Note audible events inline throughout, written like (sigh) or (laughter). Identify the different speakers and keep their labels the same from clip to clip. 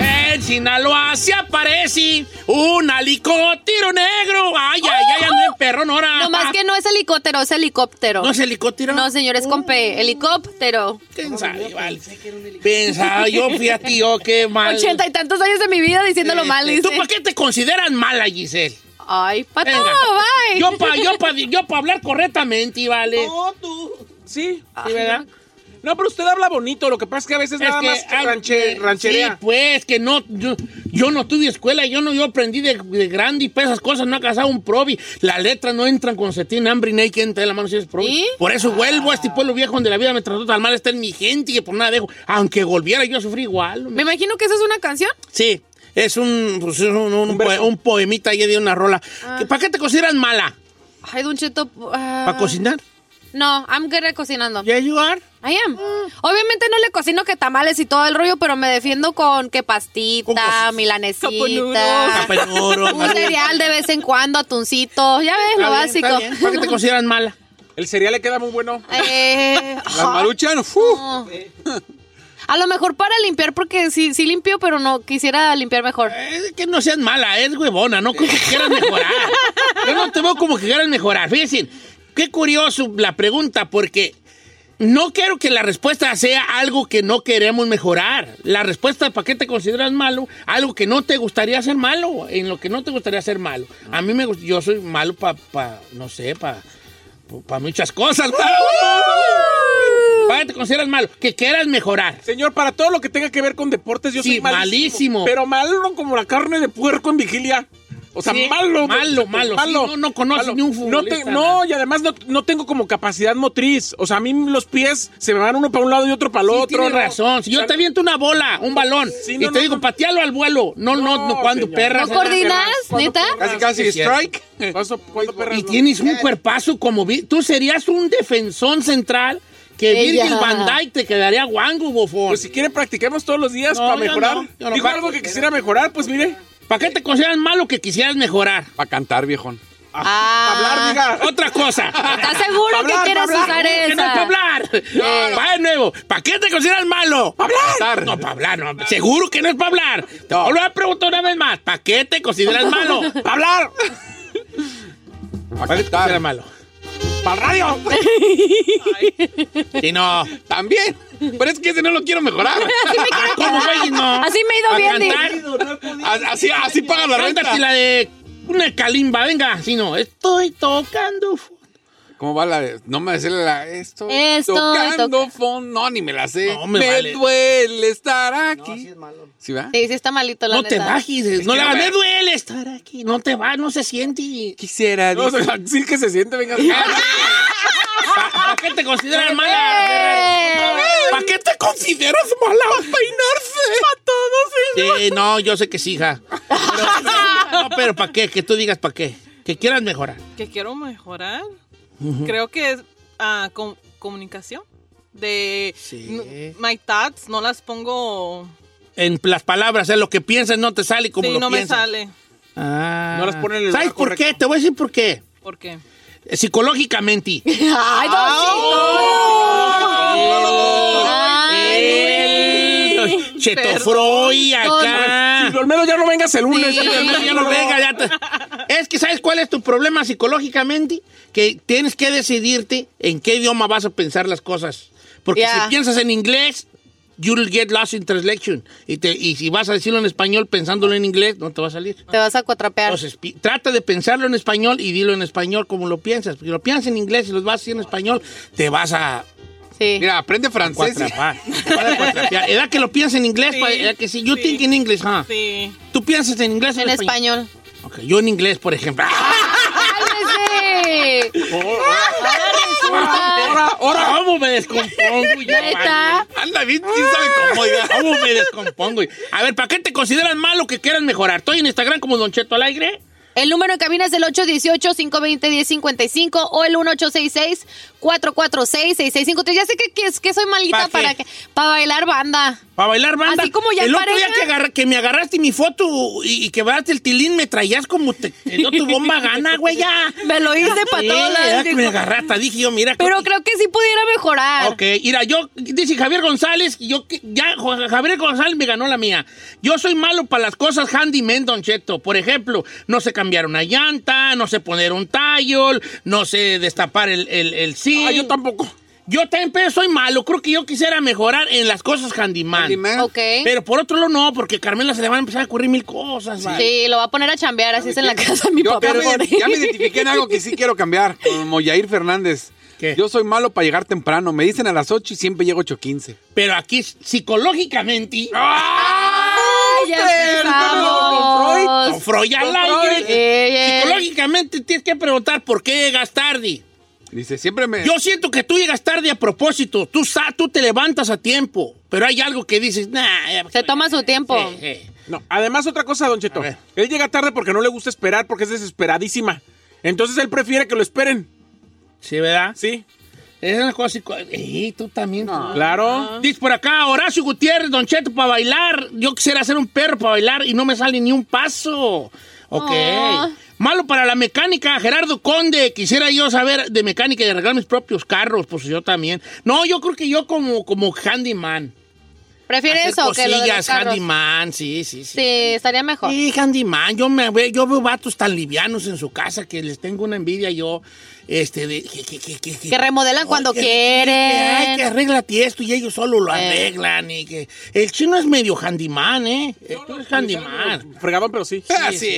Speaker 1: En Sinaloa se aparece un helicóptero negro. Ay, ay, ay, ando en perrón ahora.
Speaker 2: No más que no es helicóptero, es helicóptero.
Speaker 1: ¿No es helicóptero?
Speaker 2: No, señor, es con P, helicóptero.
Speaker 1: Pensaba, vale. Pensaba yo, fíjate yo, qué mal.
Speaker 2: Ochenta y tantos años de mi vida diciéndolo mal,
Speaker 1: Este, ¿Tú
Speaker 2: dice.
Speaker 1: para qué te consideran mala,
Speaker 2: (laughs)
Speaker 1: Giselle?
Speaker 2: Ay, pato,
Speaker 1: Venga.
Speaker 2: bye. Oh,
Speaker 1: Yo para yo pa, yo pa hablar correctamente, ¿vale?
Speaker 3: No, tú. Sí,
Speaker 1: Sí, ¿verdad?
Speaker 3: No, pero usted habla bonito. Lo que pasa es que a veces nada más
Speaker 1: ay,
Speaker 3: ranche-
Speaker 1: eh,
Speaker 3: rancherea.
Speaker 1: Sí, pues, que no, yo, yo no tuve escuela, yo no, yo aprendí de, de grande y pues esas cosas no ha casado un probi. Las letras no entran cuando se tiene hambre y nadie quiere entrar en la mano si es probi.
Speaker 2: ¿Y?
Speaker 1: Por eso vuelvo a este pueblo viejo donde la vida me trató tan mal, está en mi gente y que por nada dejo, aunque volviera yo a sufrir igual. hombre.
Speaker 2: Me imagino que esa es una canción.
Speaker 1: Sí, es un, pues, un, un- un
Speaker 3: verso.
Speaker 1: poe- un poemita ahí de una rola. ¿Que- ¿Para qué te consideran mala?
Speaker 2: Ay, Don Cheto. ah.
Speaker 1: ¿Para cocinar?
Speaker 2: No, I'm good at cocinando.
Speaker 1: ¿Ya ayudar?
Speaker 2: I am. Obviamente no le cocino que tamales y todo el rollo, pero me defiendo con que
Speaker 1: Con
Speaker 2: pastita,
Speaker 1: cosas. Ah,
Speaker 2: milanesita,
Speaker 1: Capenuro,
Speaker 2: Ah. un cereal de vez en cuando, atuncito, ya ves, lo básico.
Speaker 1: ¿Para qué te consideran mala?
Speaker 3: El cereal le queda muy bueno.
Speaker 2: Eh,
Speaker 3: Las maruchan, ¡fu!
Speaker 2: no. A lo mejor para limpiar, porque sí, sí limpio, pero no quisiera limpiar mejor.
Speaker 1: Es que no seas mala, es huevona, no creo que quieras mejorar. Yo no te veo como que quieras mejorar. Fíjense, qué curioso la pregunta, porque no quiero que la respuesta sea algo que no queremos mejorar. La respuesta para qué te consideras malo, algo que no te gustaría ser malo, en lo que no te gustaría ser malo. A mí me gusta, yo soy malo para, no sé, para muchas cosas. ¿Para qué te consideras malo? Que quieras mejorar.
Speaker 3: Señor, para todo lo que tenga que ver con deportes, yo
Speaker 1: Sí,
Speaker 3: soy malísimo.
Speaker 1: malísimo.
Speaker 3: Pero malo como la carne de puerco en vigilia. O sea,
Speaker 1: Sí,
Speaker 3: malo.
Speaker 1: malo,
Speaker 3: Don Cheto,
Speaker 1: malo. Sí, no- no conoces ni un
Speaker 3: No, te-
Speaker 1: futbolista,
Speaker 3: no, y además no, no tengo como capacidad motriz. O sea, a mí los pies se me van uno para un lado y otro para el
Speaker 1: Sí,
Speaker 3: otro.
Speaker 1: tienes
Speaker 3: ¿no?
Speaker 1: razón. Si
Speaker 3: O
Speaker 1: yo
Speaker 3: sea,
Speaker 1: te aviento una bola, un balón,
Speaker 3: Sí,
Speaker 1: y
Speaker 3: no,
Speaker 1: te
Speaker 3: no,
Speaker 1: digo,
Speaker 3: no.
Speaker 1: patealo al vuelo. No, no,
Speaker 3: No,
Speaker 1: no, cuando
Speaker 3: señor.
Speaker 1: perras.
Speaker 2: ¿No coordinas,
Speaker 3: ¿Cuándo
Speaker 2: neta?
Speaker 3: perras?
Speaker 4: Casi, casi
Speaker 1: Sí, es cierto.
Speaker 4: strike.
Speaker 3: ¿Cuándo- cuándo perras
Speaker 1: Y
Speaker 3: no?
Speaker 1: tienes un cuerpazo como... vi- Tú serías un defensor central que
Speaker 2: Ella.
Speaker 1: Virgil van Dijk te quedaría guango, bofón.
Speaker 3: Pues si quieren, practiquemos todos los días
Speaker 1: No,
Speaker 3: para
Speaker 1: yo
Speaker 3: mejorar.
Speaker 1: no, yo no.
Speaker 3: Dijo
Speaker 1: Pa-
Speaker 3: algo que quisiera mejorar, pues mire.
Speaker 1: ¿Para qué te consideras malo que quisieras mejorar?
Speaker 4: Para cantar, viejón.
Speaker 3: pa' hablar,
Speaker 2: Ah,
Speaker 3: diga.
Speaker 1: Otra (laughs) cosa.
Speaker 2: ¿estás seguro
Speaker 3: Pa' hablar,
Speaker 2: que quieres
Speaker 3: pa' hablar.
Speaker 2: usar
Speaker 1: Que (laughs) no es para
Speaker 2: esa?
Speaker 1: hablar. Eh, Va de nuevo. ¿Para qué te consideras malo? ¿Para
Speaker 4: hablar.
Speaker 1: No, para hablar. No. Seguro que no es para hablar. Te voy a preguntar una vez más. ¿Para qué
Speaker 3: (laughs)
Speaker 1: te consideras malo?
Speaker 3: ¡Para hablar!
Speaker 4: Para
Speaker 1: Era
Speaker 4: cantar.
Speaker 1: malo.
Speaker 3: ¡Para radio!
Speaker 4: (laughs)
Speaker 1: Y no.
Speaker 4: También. Pero es que ese no lo quiero mejorar.
Speaker 1: Ah, ¿Cómo, güey? No.
Speaker 2: Así me he ido
Speaker 1: A
Speaker 2: bien, di.
Speaker 1: cantar.
Speaker 4: A- Así, así paga la renta.
Speaker 1: Cántate la de una calimba, venga. Si no, estoy tocando. fondo.
Speaker 4: ¿Cómo va la de- No me decirle la... Estoy,
Speaker 2: Estoy
Speaker 4: tocando
Speaker 2: toca-
Speaker 4: fondo. No, ni me la sé.
Speaker 1: No,
Speaker 4: me
Speaker 1: me vale.
Speaker 4: duele estar aquí. sí va?
Speaker 2: Sí, sí está malito, la
Speaker 1: No
Speaker 2: neta.
Speaker 1: te bajes, no
Speaker 4: que
Speaker 1: le
Speaker 4: no me-
Speaker 1: me duele estar aquí. No te va, no se siente.
Speaker 4: Quisiera...
Speaker 3: No, o
Speaker 4: dice-
Speaker 3: sea, sí que se siente,
Speaker 4: (laughs)
Speaker 3: venga.
Speaker 4: Ah,
Speaker 1: ¿Para qué te consideras mala?
Speaker 4: Eh.
Speaker 1: ¿Para qué te consideras mala? peinarse. A todos. Sí, no, yo sé que sí, hija.
Speaker 5: (laughs)
Speaker 1: Pero, no, pero ¿para qué? Que tú digas para qué. Que quieras mejorar.
Speaker 5: que quiero mejorar, creo que es ah, com- comunicación. De
Speaker 1: Sí.
Speaker 5: n- my thoughts, no las pongo.
Speaker 1: En las palabras, en lo que piensas no te sale como
Speaker 5: sí,
Speaker 1: lo
Speaker 5: no
Speaker 1: piensas.
Speaker 5: me sale.
Speaker 1: Ah.
Speaker 3: No las ponen en el
Speaker 1: ¿Sabes
Speaker 3: lugar
Speaker 1: por qué?
Speaker 3: correcto.
Speaker 1: Te voy a decir por qué.
Speaker 5: ¿Por qué?
Speaker 1: Eh,
Speaker 5: (laughs)
Speaker 1: Psicológicamente.
Speaker 2: Ay, Don Cheto.
Speaker 1: Cheto Freud acá.
Speaker 3: Julio Olmedo, ya no vengas el lunes.
Speaker 2: Sí.
Speaker 3: Julio Olmedo,
Speaker 1: Ya no venga, ya te- Es que ¿sabes cuál es tu problema psicológicamente? Que tienes que decidirte en qué idioma vas a pensar las cosas. Porque
Speaker 2: Ya.
Speaker 1: si piensas en inglés, you'll get lost in translation. Y, te- y si vas a decirlo en español pensándolo en inglés, no te va a salir.
Speaker 2: Te vas a cuatrapear.
Speaker 1: Entonces, pi- trata de pensarlo en español y dilo en español como lo piensas. Porque lo piensas en inglés y lo vas a decir en español, te vas a
Speaker 2: sí.
Speaker 4: Mira, aprende francés.
Speaker 1: cuatrapar. Te vas a cuatrapear. Edad que lo piensas en inglés,
Speaker 5: Sí,
Speaker 1: pa- edad que sí. You
Speaker 5: sí.
Speaker 1: think in English, huh?
Speaker 5: Sí.
Speaker 1: ¿Tú piensas en inglés o
Speaker 2: En español.
Speaker 1: Ok, yo en inglés, por ejemplo. ¡Ah!
Speaker 2: ¡Cálmese! Ahora resulta-
Speaker 1: Ahora, ahora, ¿cómo me descompongo? yo,
Speaker 2: ¿Neta?
Speaker 1: mano? Anda bien, ¿quién sabe cómo? oiga? ¿Cómo me descompongo? A ver, ¿para qué te consideras malo que quieras mejorar? Estoy en Instagram como Don Cheto al aire.
Speaker 2: El número en cabina es el 818-520-1055 o el 1866-446-6653. Ya sé que, que, es- que soy malita
Speaker 1: ¿Pa'
Speaker 2: para,
Speaker 1: qué?
Speaker 2: que, para bailar banda.
Speaker 1: Para bailar banda.
Speaker 2: Así como ya
Speaker 1: El otro día
Speaker 2: pareja.
Speaker 1: que, agarra- que me agarraste mi foto y, y quebraste el tilín, me traías como te, te dio tu bomba gana, güey,
Speaker 2: (laughs)
Speaker 1: ya.
Speaker 2: Me lo hice para
Speaker 1: Sí,
Speaker 2: todos
Speaker 1: ya
Speaker 2: lados.
Speaker 1: que me agarraste, dije yo, mira.
Speaker 2: Pero
Speaker 1: que-
Speaker 2: creo que sí pudiera mejorar.
Speaker 1: Ok, mira, yo, dice Javier González, yo, que- ya, Jo- Javier González me ganó la mía. Yo soy malo para las cosas handyman, Don Cheto. Por ejemplo, no sé cambiar una llanta, no sé poner un tallol, no sé destapar el, el, el zinc.
Speaker 3: Ah, yo tampoco.
Speaker 1: Yo también soy malo, creo que yo quisiera mejorar en las cosas handyman.
Speaker 4: Dime.
Speaker 2: Ok.
Speaker 1: Pero por otro lado no, porque Carmela se le van a empezar a ocurrir mil cosas. vale.
Speaker 2: Sí, lo va a poner a chambear, así es en la casa mi
Speaker 4: Yo
Speaker 2: papá.
Speaker 4: acá me-
Speaker 2: pobre.
Speaker 4: ya me identifiqué en algo que sí quiero cambiar, como Yair Fernández.
Speaker 1: ¿Qué?
Speaker 4: Yo soy malo para llegar temprano. Me dicen a las 8 y siempre llego 8.15.
Speaker 1: Pero aquí psicológicamente...
Speaker 4: Ah,
Speaker 2: Ay, ya empezamos.
Speaker 1: Don Freud al aire.
Speaker 2: Ey, ey.
Speaker 1: Psicológicamente tienes que preguntar por qué llegas tarde.
Speaker 4: Dice, siempre me...
Speaker 1: Yo siento que tú llegas tarde a propósito. Tú, sa- tú te levantas a tiempo. Pero hay algo que dices, nah. ya-
Speaker 2: Se toma su tiempo.
Speaker 1: Sí, sí.
Speaker 3: No, además otra cosa, Don Cheto.
Speaker 1: A ver.
Speaker 3: Él llega tarde porque no le gusta esperar, porque es desesperadísima. Entonces él prefiere que lo esperen.
Speaker 1: Sí, ¿verdad?
Speaker 3: Sí,
Speaker 1: Es una cosa. psico- Ey, tú también. tú.
Speaker 2: Ah.
Speaker 3: claro.
Speaker 1: Dice por acá, Horacio Gutiérrez, Don Cheto, para bailar. Yo quisiera ser un perro para bailar y no me sale ni un paso. Ok.
Speaker 2: Aw.
Speaker 1: Malo para la mecánica, Gerardo Conde. Quisiera yo saber de mecánica y arreglar mis propios carros. Pues yo también. No, yo creo que yo como, como handyman.
Speaker 2: ¿Prefieres
Speaker 1: Hacer
Speaker 2: eso que lo de los
Speaker 1: cosillas,
Speaker 2: carros?
Speaker 1: handyman, sí, sí, sí.
Speaker 2: Sí, estaría mejor.
Speaker 1: Sí, handyman, yo, me ve- yo veo vatos tan livianos en su casa que les tengo una envidia yo, este, de... Que, que- que- que- que-
Speaker 2: Que remodelan cuando
Speaker 1: que-
Speaker 2: quieren.
Speaker 1: que, ay, que arréglate esto y ellos solo lo
Speaker 2: Eh.
Speaker 1: arreglan y que... El chino es medio handyman, ¿eh? Tú eres handyman.
Speaker 3: Fregaban, pero sí.
Speaker 4: Ah, sí.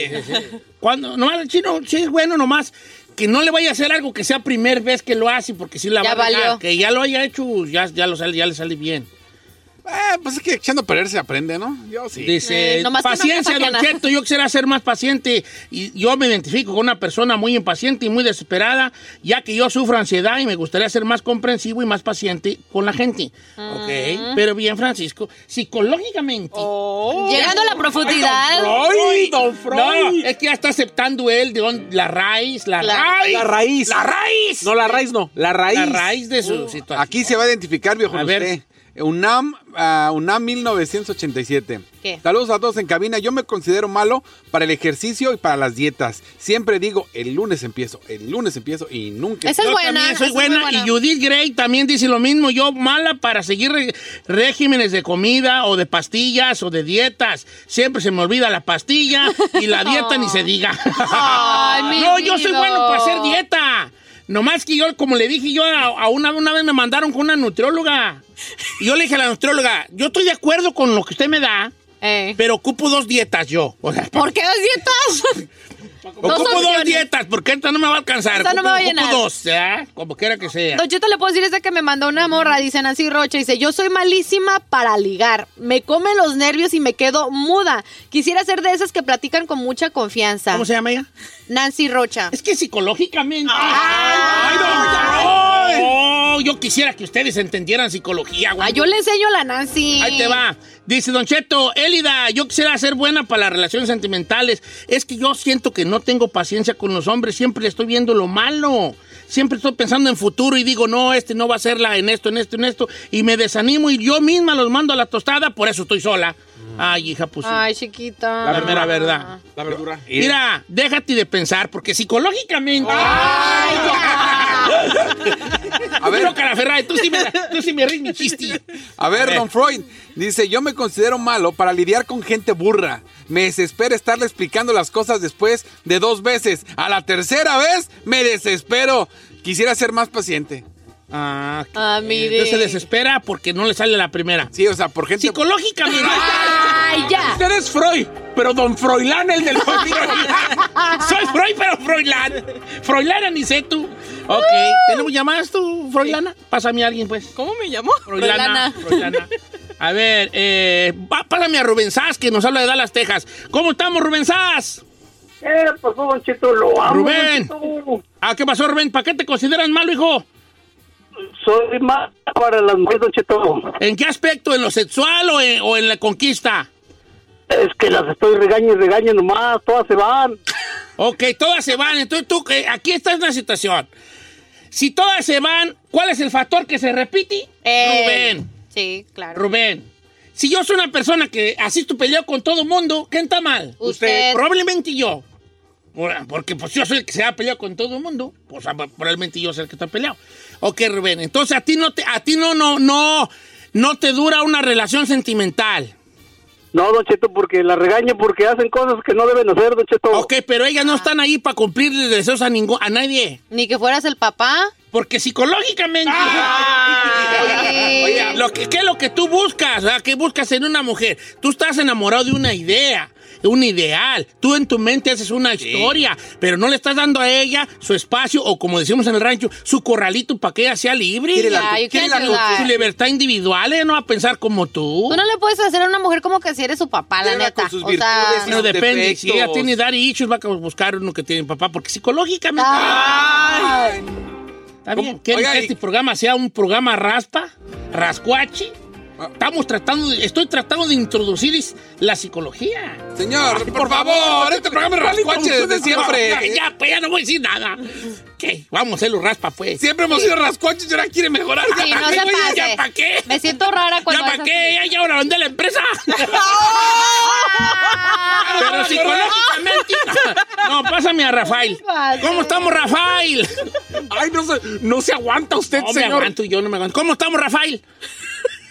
Speaker 1: Cuando, nomás el chino, sí es bueno nomás que no le vaya a hacer algo que sea primera vez que lo hace porque si la
Speaker 2: Ya
Speaker 1: va a regar,
Speaker 2: valió.
Speaker 1: Que ya lo haya hecho, ya, ya, lo sale, ya le sale bien.
Speaker 4: Eh, pues es que echando a perder se aprende, ¿no? Yo sí.
Speaker 1: Dice,
Speaker 2: Eh, nomás que no
Speaker 1: paciencia,
Speaker 2: sepa que
Speaker 1: don
Speaker 2: nada".
Speaker 1: Cheto, yo quisiera ser más paciente y yo me identifico con una persona muy impaciente y muy desesperada, ya que yo sufro ansiedad y me gustaría ser más comprensivo y más paciente con la gente. Ok, pero bien, Francisco, psicológicamente...
Speaker 4: Oh.
Speaker 2: Llegando a la profundidad.
Speaker 3: Freud, Don Freud.
Speaker 1: No, es que ya está aceptando él de dónde- la raíz, la,
Speaker 2: La-
Speaker 1: raíz.
Speaker 3: La raíz.
Speaker 1: La raíz.
Speaker 3: No, la raíz no. La raíz.
Speaker 1: La raíz de su situación.
Speaker 4: Aquí se va a identificar, viejo.
Speaker 1: A ver.
Speaker 4: usted. UNAM, ah, UNAM 1987.
Speaker 2: ¿Qué?
Speaker 4: Saludos a todos en cabina. Yo me considero malo para el ejercicio y para las dietas. Siempre digo, el lunes empiezo, el lunes empiezo y nunca.
Speaker 2: Esa es
Speaker 1: Yo
Speaker 2: buena.
Speaker 1: también soy
Speaker 2: esa es
Speaker 1: buena,
Speaker 2: muy
Speaker 1: Y Judith Gray también dice lo mismo. Yo mala para seguir re- regímenes de comida o de pastillas o de dietas. Siempre se me olvida la pastilla y la dieta ni
Speaker 2: (laughs)
Speaker 1: se diga.
Speaker 2: Ay, mi
Speaker 1: no, yo soy
Speaker 2: vida.
Speaker 1: bueno para hacer dieta. Nomás que yo, como le dije yo, a a una, una vez me mandaron con una nutrióloga. Y yo le dije a la nutrióloga, yo estoy de acuerdo con lo que usted me da,
Speaker 2: Eh.
Speaker 1: pero ocupo dos dietas yo. O sea,
Speaker 2: ¿Por qué dos dietas?
Speaker 1: ocupo dos,
Speaker 2: opciones.
Speaker 1: dietas, porque esta no me va a alcanzar.
Speaker 2: Esta no me va a
Speaker 1: Ocupo- ocupo
Speaker 2: llenar.
Speaker 1: dos, ¿verdad? Como quiera que sea.
Speaker 2: Don Cheto, le puedo decir esa que me mandó una morra, dice Nancy Rocha, dice, yo soy malísima para ligar, me comen los nervios y me quedo muda. Quisiera ser de esas que platican con mucha confianza.
Speaker 1: ¿Cómo se llama ella?
Speaker 2: Nancy Rocha.
Speaker 1: Es que psicológicamente.
Speaker 2: ¡Ay,
Speaker 1: ¡Ay, don Cheto! Oh, yo quisiera que ustedes entendieran psicología,
Speaker 2: Ah,
Speaker 1: güey.
Speaker 2: yo le enseño a la Nancy.
Speaker 1: Ahí te va. Dice Don Cheto, Elida, yo quisiera ser buena para las relaciones sentimentales. Es que yo siento que no tengo paciencia con los hombres. Siempre estoy viendo lo malo. Siempre estoy pensando en futuro y digo, no, este no va a ser la en esto, en esto, en esto. Y me desanimo y yo misma los mando a la tostada. Por eso estoy sola. Ay, hija, pues sí.
Speaker 2: Ay, Ah. chiquita.
Speaker 1: La mera verdad.
Speaker 3: La verdura.
Speaker 1: Oh. Mira, déjate de pensar, porque psicológicamente. A ver, cara Ferrari, tú sí me, tú sí me ríes mi chiste.
Speaker 4: A ver, don Freud, dice, yo me considero malo para lidiar con gente burra. Me desespera estarle explicando las cosas después de dos veces. A la tercera vez me desespero. Quisiera ser más paciente.
Speaker 1: Ah,
Speaker 2: Ah, mire.
Speaker 1: Entonces se desespera porque no le sale la primera.
Speaker 4: Sí, o sea, por gente...
Speaker 1: Psicológicamente. Ah.
Speaker 2: ¡Ay, ya!
Speaker 3: Usted es Freud, pero don Froilán, el del
Speaker 1: Soy Freud, pero Froilán. Froilán Aniceto. Ok, ¿tenemos llamadas tú, Froilana? Pásame a alguien, pues.
Speaker 5: ¿Cómo me llamó?
Speaker 1: Froilana. Froilana. A ver, eh, va- pásame a Rubén Sass, que nos habla de Dallas, Texas. ¿Cómo estamos, Rubén Sass?
Speaker 6: Eh, pues, Don Cheto, lo amo.
Speaker 1: Rubén.
Speaker 6: Don Cheto.
Speaker 1: Ah, ¿qué pasó, Rubén? ¿Para qué te consideras malo, hijo?
Speaker 6: Soy más para las mujeres, Don Cheto.
Speaker 1: ¿En qué aspecto? ¿En lo sexual o en, o en la conquista?
Speaker 6: Es que las estoy regañando y regañando nomás, todas se van.
Speaker 1: Ok, todas se van. Entonces tú, eh, aquí está una situación. Si todas se van, ¿cuál es el factor que se repite?
Speaker 2: Eh,
Speaker 1: Rubén.
Speaker 2: Sí, claro.
Speaker 1: Rubén. Si yo soy una persona que asisto peleo con todo mundo, ¿quién está mal?
Speaker 2: Usted.
Speaker 1: Probablemente yo. Por- Porque pues yo soy el que se ha peleado con todo el mundo. Pues ah, probablemente yo soy el que está peleado. Ok, Rubén. Entonces a ti no te, a ti no, no, no, no te dura una relación sentimental.
Speaker 6: No, Don Cheto, porque las regaño porque hacen cosas que no deben hacer, Don Cheto.
Speaker 1: Ok, pero ellas no están ahí para cumplirle deseos a ningún, a nadie.
Speaker 2: Ni que fueras el papá.
Speaker 1: Porque psicológicamente.
Speaker 2: Ay.
Speaker 1: Oye, lo que, ¿qué es lo que tú buscas? ah? ¿Qué buscas en una mujer? Tú estás enamorado de una idea, de un ideal. Tú en tu mente haces una historia, pero no le estás dando a ella su espacio o, como decimos en el rancho, su corralito para que ella sea libre.
Speaker 4: Quiere la-
Speaker 2: Yeah, you
Speaker 4: quiere
Speaker 2: can't
Speaker 4: la
Speaker 2: do
Speaker 4: luz,
Speaker 2: that.
Speaker 1: Su libertad individual, ella no va a pensar como tú.
Speaker 2: Tú no le puedes hacer a una mujer como que si eres su papá, la
Speaker 4: Llega
Speaker 2: neta.
Speaker 4: con sus
Speaker 2: o sea,
Speaker 4: virtudes y-
Speaker 1: Bueno, depende.
Speaker 4: Ah, defectos.
Speaker 1: Si ella tiene daddy issues, va a buscar uno que tiene papá, porque psicológicamente.
Speaker 2: Ay.
Speaker 1: Está bien.
Speaker 4: ¿Cómo?
Speaker 1: ¿Quieren
Speaker 4: Oiga,
Speaker 1: que
Speaker 4: y-
Speaker 1: este programa sea un programa raspa? ¿Rascuachi?
Speaker 4: Ah.
Speaker 1: Estamos tratando, de- estoy tratando de introducir is- la psicología.
Speaker 4: Señor, por, favor, este programa es rascuache
Speaker 1: (laughs)
Speaker 4: desde
Speaker 1: Ya,
Speaker 4: siempre.
Speaker 1: ya, pues ya no voy a decir nada. ¿Qué? Vamos a hacerlo raspa, pues.
Speaker 4: Siempre hemos sido rascuaches y ahora quiere mejorar.
Speaker 2: Sí,
Speaker 4: (laughs) Ya,
Speaker 2: no
Speaker 4: ¿para
Speaker 2: se
Speaker 4: qué, güey?
Speaker 2: pase.
Speaker 1: ¿Ya pa' qué?
Speaker 2: Me siento rara
Speaker 1: ¿Ya
Speaker 2: cuando.
Speaker 1: para
Speaker 2: es
Speaker 1: qué? Ya,
Speaker 2: así.
Speaker 1: ya ahora dónde la empresa.
Speaker 2: Ah,
Speaker 1: Pero psicológicamente. No, pásame a Rafael.
Speaker 2: pase.
Speaker 1: ¿Cómo estamos, Rafael?
Speaker 3: Ay, no se, no se aguanta usted,
Speaker 1: No me
Speaker 3: señor.
Speaker 1: aguanto, yo no me aguanto. ¿Cómo estamos, Rafael?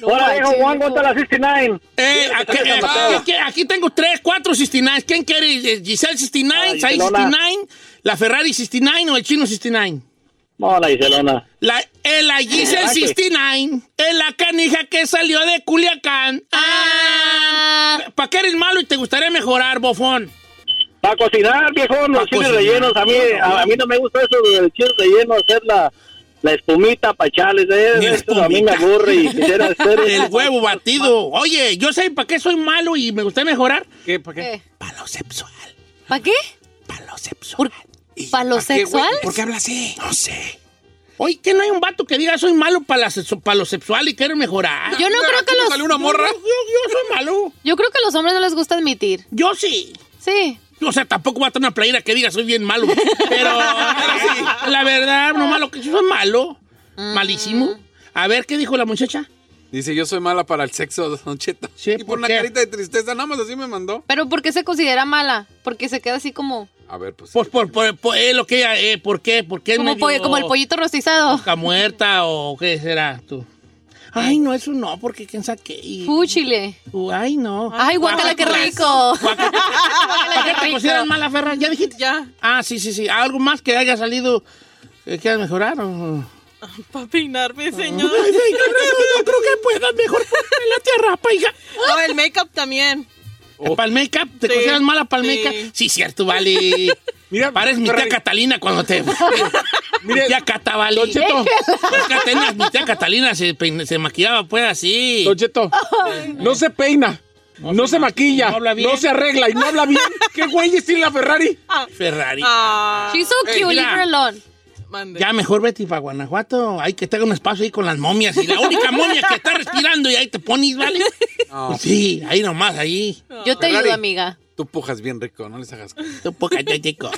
Speaker 6: Hola, hijo Juan, ¿cuánto la 69?
Speaker 1: Eh, aquí, aquí- aquí- aquí tengo tres, cuatro 69. ¿Quién quiere? Eh, ¿Giselle 69?
Speaker 6: Ay,
Speaker 1: ¿Said
Speaker 6: Iselona.
Speaker 1: 69? ¿La Ferrari 69 o el chino 69?
Speaker 6: No, la Iselona.
Speaker 1: La, eh, la Giselle 69 es la canija que salió de Culiacán. Ah, ¿Para qué eres malo y te gustaría mejorar, bofón?
Speaker 6: Para cocinar, viejo,
Speaker 1: Pa'
Speaker 6: los chiles
Speaker 1: cocinar.
Speaker 6: rellenos. A mí, a, a mí no me gusta eso del chile relleno, hacer la, la espumita para echarles. eh,
Speaker 1: Ni
Speaker 6: eso a mí me
Speaker 1: espumita.
Speaker 6: aburre
Speaker 1: (laughs)
Speaker 6: y quisiera hacer...
Speaker 1: El huevo batido. Oye, yo sé para qué soy malo y me gustaría mejorar.
Speaker 3: ¿Qué? ¿Para qué?
Speaker 2: ¿Qué?
Speaker 1: Para lo sexual.
Speaker 2: ¿Para qué?
Speaker 1: Para lo sexual.
Speaker 2: ¿Para lo sexual?
Speaker 3: ¿Por qué habla así?
Speaker 1: No sé. Oye, que no hay un vato que diga soy malo para, la sexu- para lo sexual y quiero mejorar.
Speaker 2: Yo no creo que los.
Speaker 4: ¿Sale una morra?
Speaker 1: Yo, yo soy malo.
Speaker 2: Yo creo que a los hombres no les gusta admitir.
Speaker 1: Yo sí.
Speaker 2: Sí.
Speaker 1: O sea, tampoco va a tener una playera que diga soy bien malo. Pero la verdad, no malo, que yo soy malo. Malísimo. A ver, ¿qué dijo la muchacha?
Speaker 4: Dice, yo soy mala para el sexo, (laughs) Don Cheto.
Speaker 1: Sí,
Speaker 4: y por,
Speaker 1: ¿por
Speaker 4: una
Speaker 1: qué?
Speaker 4: carita de tristeza, nada más así me mandó.
Speaker 2: Pero ¿por qué se considera mala? Porque se queda así como.
Speaker 4: A ver, pues...
Speaker 1: Pues por, por, por- eh, lo que ella, eh, ¿por qué? ¿Por qué es
Speaker 2: Como,
Speaker 1: medio
Speaker 2: pollo- como el pollito rostizado.
Speaker 1: boca muerta o qué será tú? Ay, no, eso no, porque quién sabe qué. Y-
Speaker 2: Fúchile.
Speaker 1: Uh, ay, no.
Speaker 2: Ay, guácala, pues. qué rico.
Speaker 1: ¿Para
Speaker 2: (laughs)
Speaker 1: qué
Speaker 2: Guácala,
Speaker 1: te
Speaker 2: (laughs) qué
Speaker 1: consideran
Speaker 2: rico.
Speaker 1: mala, Ferran? ¿Ya dijiste?
Speaker 5: Ya.
Speaker 1: Ah, sí, sí, sí. ¿Algo más que haya salido eh, que quieras mejorar? o?
Speaker 5: Para
Speaker 1: Ah.
Speaker 5: peinarme, señor.
Speaker 1: Ay, señor, no, no creo que puedas mejor en la Oh. tierra, paiga.
Speaker 5: No, el make-up también.
Speaker 1: ¿Palmeca? ¿Te
Speaker 5: Sí.
Speaker 1: consideras mala palmeca? Sí.
Speaker 5: Sí.
Speaker 1: cierto, vale.
Speaker 3: Mira,
Speaker 1: Pares mi tía
Speaker 3: Ferrari.
Speaker 1: Catalina cuando te... mi tía Cata, vale.
Speaker 3: Don
Speaker 2: (laughs)
Speaker 3: Cheto.
Speaker 1: Pues Catalina, mi tía Catalina se, pein- se maquillaba pues así.
Speaker 3: Don Cheto, no se peina, no, se maquilla,
Speaker 1: no
Speaker 3: no,
Speaker 1: habla bien.
Speaker 3: se arregla y no habla bien. ¿Qué güeyes tiene la Ferrari?
Speaker 1: Ferrari.
Speaker 5: Ah,
Speaker 2: She's so
Speaker 1: Ey,
Speaker 2: cute, leave
Speaker 1: mira.
Speaker 2: her alone.
Speaker 5: mande.
Speaker 1: Ya mejor vete para Guanajuato. Hay que tenga un espacio ahí con las momias. Y la única momia que está respirando y ahí te pones, ¿vale? Pues sí, ahí nomás, ahí.
Speaker 2: Yo te
Speaker 4: Ferrari.
Speaker 2: ayudo, amiga.
Speaker 4: Tú pujas bien rico, no les hagas... caso.
Speaker 1: Tú poca chico.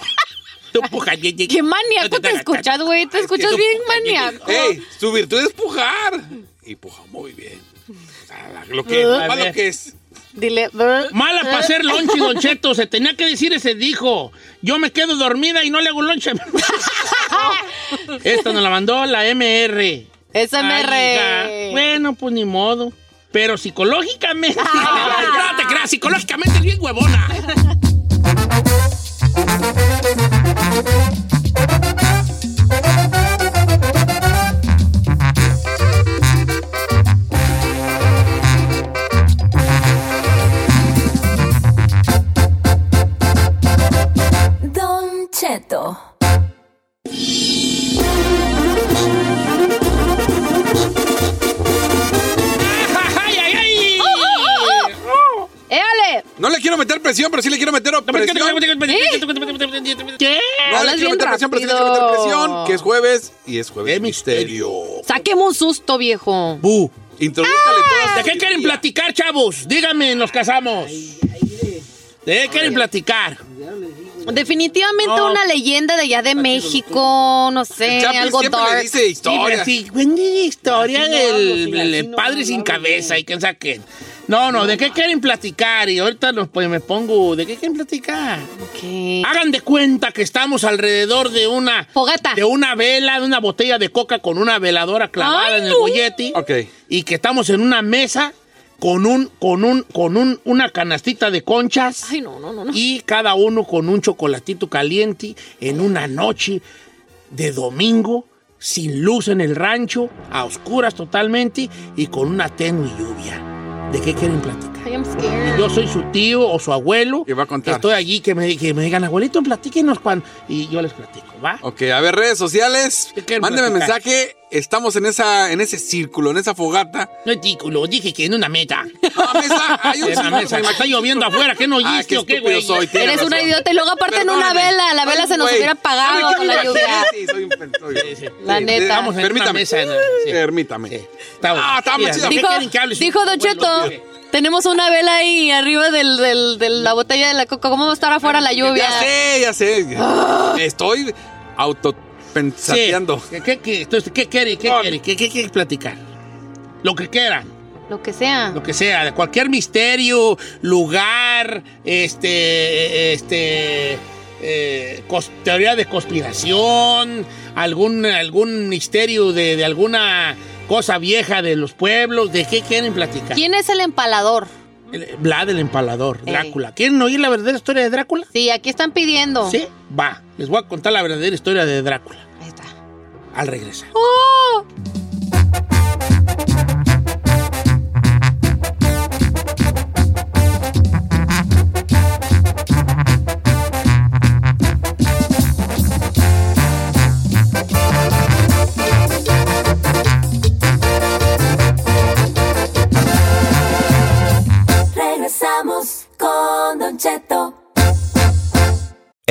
Speaker 1: Tú poca chico.
Speaker 2: Qué maníaco te escuchas, güey. Te escuchas
Speaker 1: tú-
Speaker 2: bien maníaco.
Speaker 4: ¡Ey! Su virtud es pujar. Y puja muy bien. O sea, la- lo que, lo
Speaker 1: A
Speaker 4: malo
Speaker 1: ver.
Speaker 4: que es.
Speaker 2: Dile. "Brr".
Speaker 1: Mala para hacer lonche, Don Cheto. Se tenía que decir ese dijo. Yo me quedo dormida y no le hago lonche. Esta nos la mandó la MR.
Speaker 2: SMR.
Speaker 1: Ay, hija. Bueno, pues ni modo. Pero psicológicamente.
Speaker 2: Ah.
Speaker 1: no te creas, psicológicamente es bien huevona.
Speaker 7: Don Cheto.
Speaker 1: (laughs) ¡Ay, ay, ay!
Speaker 2: Oh, ¡Éale!
Speaker 4: No le quiero meter presión, pero sí le quiero meter presión.
Speaker 1: ¿Qué?
Speaker 4: No le
Speaker 2: Hablas
Speaker 4: quiero
Speaker 2: bien
Speaker 4: meter presión, pero sí le quiero meter
Speaker 2: rápido.
Speaker 4: presión. Que es jueves y es jueves.
Speaker 1: ¡Qué
Speaker 4: de
Speaker 1: misterio!
Speaker 2: Sáqueme un susto, viejo.
Speaker 4: Bu. Introdúzcale todas.
Speaker 1: ¿De qué quieren platicar, chavos? Díganme, nos casamos. ¿De qué quieren platicar?
Speaker 2: Definitivamente
Speaker 1: No.
Speaker 2: una leyenda de allá de México, no sé,
Speaker 4: El Chapis
Speaker 2: algo
Speaker 4: siempre le
Speaker 2: dark.
Speaker 4: eh, dice historias.
Speaker 1: Sí, pero sí, güey, historia del, del padre sin cabeza y quién sabe qué. No, no, ¿de qué quieren platicar? Y ahorita nos, pues, me pongo, ¿de qué quieren platicar?
Speaker 2: Ok.
Speaker 1: Hagan de cuenta que estamos alrededor de una...
Speaker 2: Fogata.
Speaker 1: De una vela, de una botella de coca con una veladora clavada
Speaker 2: Ay,
Speaker 1: en el
Speaker 2: no.
Speaker 1: bollete.
Speaker 4: Ok.
Speaker 1: Y que estamos en una mesa con un, con un, con un, una canastita de conchas
Speaker 2: Ay, no, no, no, no.
Speaker 1: y cada uno con un chocolatito caliente en una noche de domingo, sin luz en el rancho, a oscuras totalmente y con una tenue lluvia. ¿De qué quieren platicar?
Speaker 2: I am scared.
Speaker 1: Yo soy su tío o su abuelo.
Speaker 4: Y va a contar.
Speaker 1: Estoy allí que me, que me digan, abuelito, platíquenos cuando. Y yo les platico, ¿va?
Speaker 4: Ok, a ver, redes sociales.
Speaker 1: ¿De qué quieren
Speaker 4: Mándeme
Speaker 1: platicar?
Speaker 4: mensaje. Estamos en esa, en ese círculo, en esa fogata.
Speaker 1: No es ridículo, dije que en una
Speaker 4: (laughs)
Speaker 1: meta.
Speaker 4: No, mesa, hay
Speaker 1: (laughs)
Speaker 4: un
Speaker 1: En la mesa.
Speaker 4: círculo, me
Speaker 1: Está
Speaker 4: imagino.
Speaker 1: lloviendo afuera, ¿qué no
Speaker 4: Ah,
Speaker 1: oíste
Speaker 4: qué
Speaker 1: o qué,
Speaker 4: estúpido
Speaker 1: güey?
Speaker 4: soy, tiene
Speaker 2: Eres
Speaker 4: razón.
Speaker 2: una idiota y luego aparte en una
Speaker 4: Perdóname.
Speaker 2: vela, la vela
Speaker 4: Ay,
Speaker 2: se nos
Speaker 4: güey.
Speaker 2: hubiera
Speaker 4: ¿Sabe
Speaker 2: apagado
Speaker 4: qué
Speaker 2: con la
Speaker 4: iba a hacer?
Speaker 2: lluvia.
Speaker 4: Sí, soy un pendejo.
Speaker 2: La
Speaker 4: Sí,
Speaker 2: neta.
Speaker 1: Estamos en una
Speaker 4: Permítame.
Speaker 1: mesa. ¿no? Sí.
Speaker 4: Permítame.
Speaker 1: Sí, Está bueno.
Speaker 4: Ah, está muy
Speaker 1: Mira,
Speaker 4: chido.
Speaker 1: ¿de qué
Speaker 2: Dijo,
Speaker 1: quieren que hable?
Speaker 2: dijo Don Cheto, tenemos una vela ahí arriba del, del- de la botella de la coca. ¿Cómo va a estar afuera la lluvia?
Speaker 4: Ya sé, ya
Speaker 2: Ah.
Speaker 4: sé. Estoy
Speaker 1: Sí.
Speaker 4: autopensateando.
Speaker 1: ¿Qué, qué, qué, entonces, ¿qué quiere? ¿Qué quiere? ¿Qué, qué quiere platicar? Lo que quieran,
Speaker 2: Lo que sea.
Speaker 1: lo que sea, de cualquier misterio, lugar, este, este, eh, cos- teoría de conspiración, algún, algún misterio de, de alguna cosa vieja de los pueblos, ¿de qué quieren platicar?
Speaker 2: ¿Quién es el empalador?
Speaker 1: El- Vlad el empalador,
Speaker 2: Ey.
Speaker 1: Drácula. ¿Quieren oír la verdadera historia de Drácula?
Speaker 2: Sí, aquí están pidiendo.
Speaker 1: Sí, va. Les voy a contar la verdadera historia de Drácula
Speaker 2: Ahí está.
Speaker 1: al regresar.
Speaker 7: Regresamos con Don Cheto.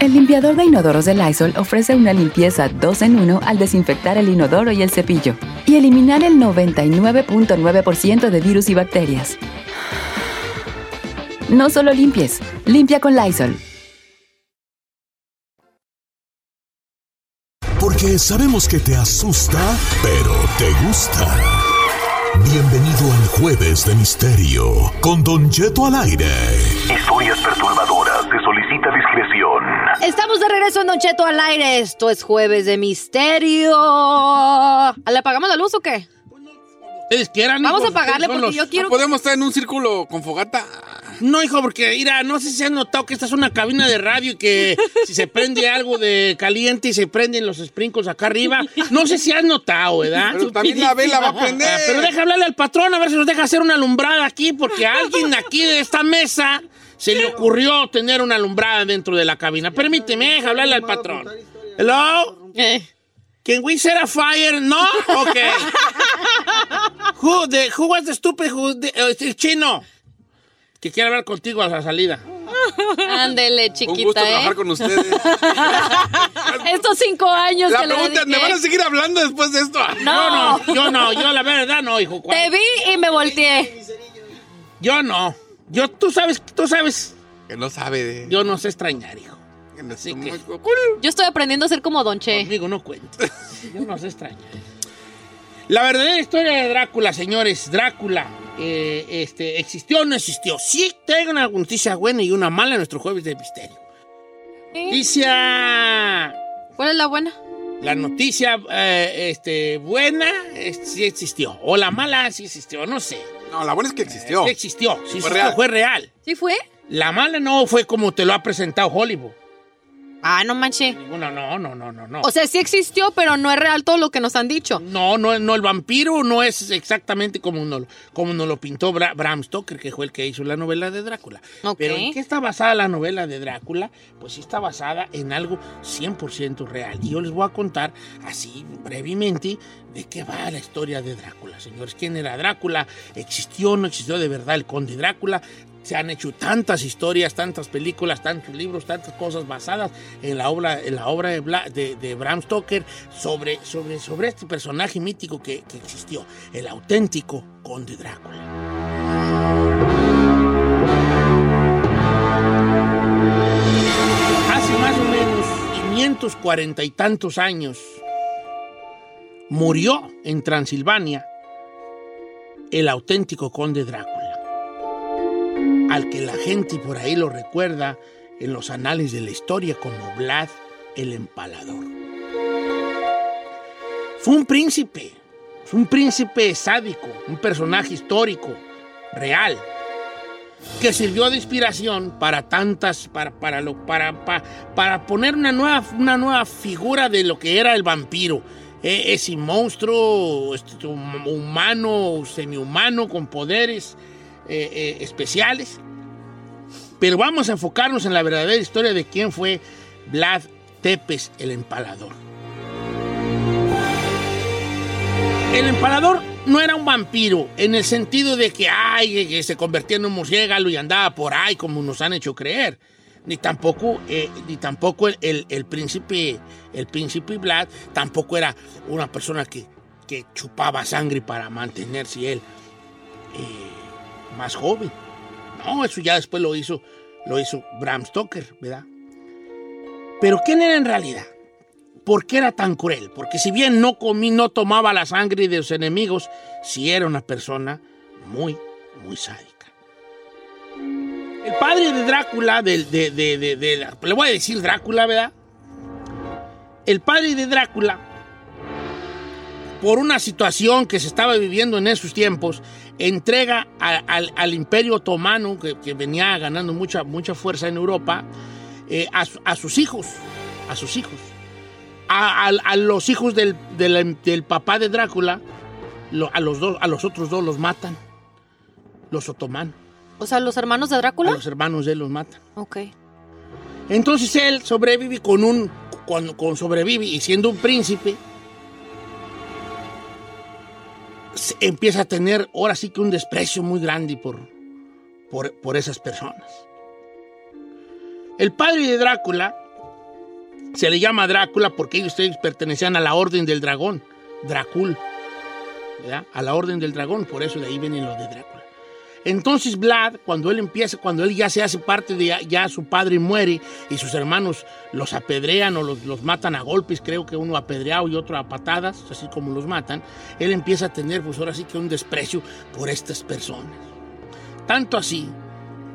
Speaker 8: El limpiador de inodoros de Lysol ofrece una limpieza 2 en 1 al desinfectar el inodoro y el cepillo y eliminar el 99.9% de virus y bacterias. No solo limpies, limpia con Lysol.
Speaker 9: Porque sabemos que te asusta, pero te gusta. Bienvenido al Jueves de Misterio con Don Cheto al aire.
Speaker 10: Historias perturbadoras. Te solicita discreción.
Speaker 2: Estamos de regreso en Don Cheto al aire. Esto es Jueves de Misterio. ¿Le apagamos la luz o qué?
Speaker 1: Ustedes quieran.
Speaker 2: Vamos
Speaker 1: hijos,
Speaker 2: a pagarle
Speaker 1: ustedes son
Speaker 2: porque
Speaker 1: los-
Speaker 2: yo quiero...
Speaker 4: Ah, Podemos estar en un círculo con fogata.
Speaker 1: No, hijo, porque mira, no sé si han notado que esta es una cabina de radio y que si se prende algo de caliente y se prenden los sprinkles acá arriba. No sé si has notado, ¿verdad?
Speaker 4: Pero también la vela va a prender.
Speaker 1: Ah, Pero deja hablarle al patrón a ver si nos deja hacer una alumbrada aquí, porque a alguien aquí de esta mesa se le ocurrió tener una alumbrada dentro de la cabina. Permíteme, deja hablarle al patrón. Hello? Can we set a fire? No? Okay. who, the, who was the stupid who, the- eh, el chino? Que quiere hablar contigo a la salida.
Speaker 2: Ándele, chiquita, ¿eh?
Speaker 1: (laughs) ustedes.
Speaker 2: Estos cinco años que le dediqué.
Speaker 1: seguir hablando después de esto?
Speaker 2: No.
Speaker 1: Yo ¿eh? no, yo no, yo la verdad no, hijo.
Speaker 2: Te vi y me volteé.
Speaker 1: Yo no. Yo, tú sabes, tú sabes.
Speaker 4: Que no sabe de...
Speaker 1: Yo no sé extrañar, hijo. Así que...
Speaker 2: Yo estoy aprendiendo a ser como Don Che.
Speaker 1: Digo, no cuenta. Yo no sé extrañar. La verdadera historia de Drácula, señores. Drácula, eh, este, ¿existió o no existió? Sí, tengo una noticia buena y una mala en nuestro jueves de misterio. Noticia...
Speaker 2: ¿Cuál es la buena?
Speaker 1: La noticia eh, este, buena eh, sí existió. O la mala sí existió, no sé.
Speaker 4: No, la buena
Speaker 1: Eh,
Speaker 4: es que existió.
Speaker 1: Sí existió. Sí,
Speaker 4: Fue
Speaker 1: existió,
Speaker 4: real.
Speaker 1: fue real.
Speaker 2: ¿Sí fue?
Speaker 1: La mala no fue como te lo ha presentado Hollywood.
Speaker 2: Ah, no manches.
Speaker 1: No, no, no, no, no, no.
Speaker 2: O sea, sí existió, pero no es real todo lo que nos han dicho.
Speaker 1: No, no, no, el vampiro no es exactamente como nos, lo- como nos lo pintó Bra- Bram Stoker, que fue el que hizo la novela de Drácula. Pero ¿en qué está basada la novela de Drácula? Pues sí está basada en algo 100% real. Y yo les voy a contar así brevemente de qué va la historia de Drácula, señores. ¿Quién era Drácula? ¿Existió o no existió de verdad el conde Drácula? Se han hecho tantas historias, tantas películas, tantos libros, tantas cosas basadas en la obra, en la obra de, Bla- de- de Bram Stoker sobre, sobre, sobre este personaje mítico que, que existió, el auténtico conde Drácula. Hace más o menos 540 y tantos años murió en Transilvania el auténtico conde Drácula, al que la gente por ahí lo recuerda en los anales de la historia como Vlad el Empalador. Fue un príncipe, fue un príncipe sádico, un personaje histórico, real, que sirvió de inspiración para tantas, para, para, lo, para, pa- para poner una nueva, una nueva figura de lo que era el vampiro. E- ese monstruo este, hum- humano, semihumano, con poderes eh, eh, especiales. Pero vamos a enfocarnos en la verdadera historia de quién fue Vlad Tepes el Empalador. El empalador no era un vampiro en el sentido de que, ay, que se convertía en un murciélago y andaba por ahí como nos han hecho creer. Ni tampoco, eh, ni tampoco el, el- el príncipe, el príncipe Vlad, tampoco era una persona que, que chupaba sangre para mantenerse él eh, más joven. No, eso ya después lo hizo, lo hizo Bram Stoker, ¿verdad? Pero ¿quién era en realidad? ¿Por qué era tan cruel? Porque si bien no comí, no tomaba la sangre de los enemigos, sí era una persona muy, muy sádica. El padre de Drácula, del- de, de- de- de la- le voy a decir Drácula, ¿verdad? El padre de Drácula, por una situación que se estaba viviendo en esos tiempos, entrega a- al, al imperio otomano, que, que venía ganando mucha, mucha fuerza en Europa, eh, a su- a sus hijos, a sus hijos a, a- a los hijos del, del- del papá de Drácula, lo- a, los dos, a los otros dos los matan. Los otomanos.
Speaker 2: O sea, los hermanos de Drácula.
Speaker 1: A los hermanos de él los matan.
Speaker 2: Ok.
Speaker 1: Entonces él sobrevive con un. Con, con sobrevive y siendo un príncipe. se- empieza a tener ahora sí que un desprecio muy grande por, por, por esas personas. El padre de Drácula Se le llama Drácula porque ellos ustedes pertenecían a la Orden del Dragón, Dracul, ¿verdad? A la Orden del Dragón, por eso de ahí vienen los de Drácula. Entonces Vlad, cuando él empieza, cuando él ya se hace parte de, ya su padre muere y sus hermanos los apedrean o los, los matan a golpes, creo que uno apedreado y otro a patadas, así como los matan, él empieza a tener pues ahora sí que un desprecio por estas personas. Tanto así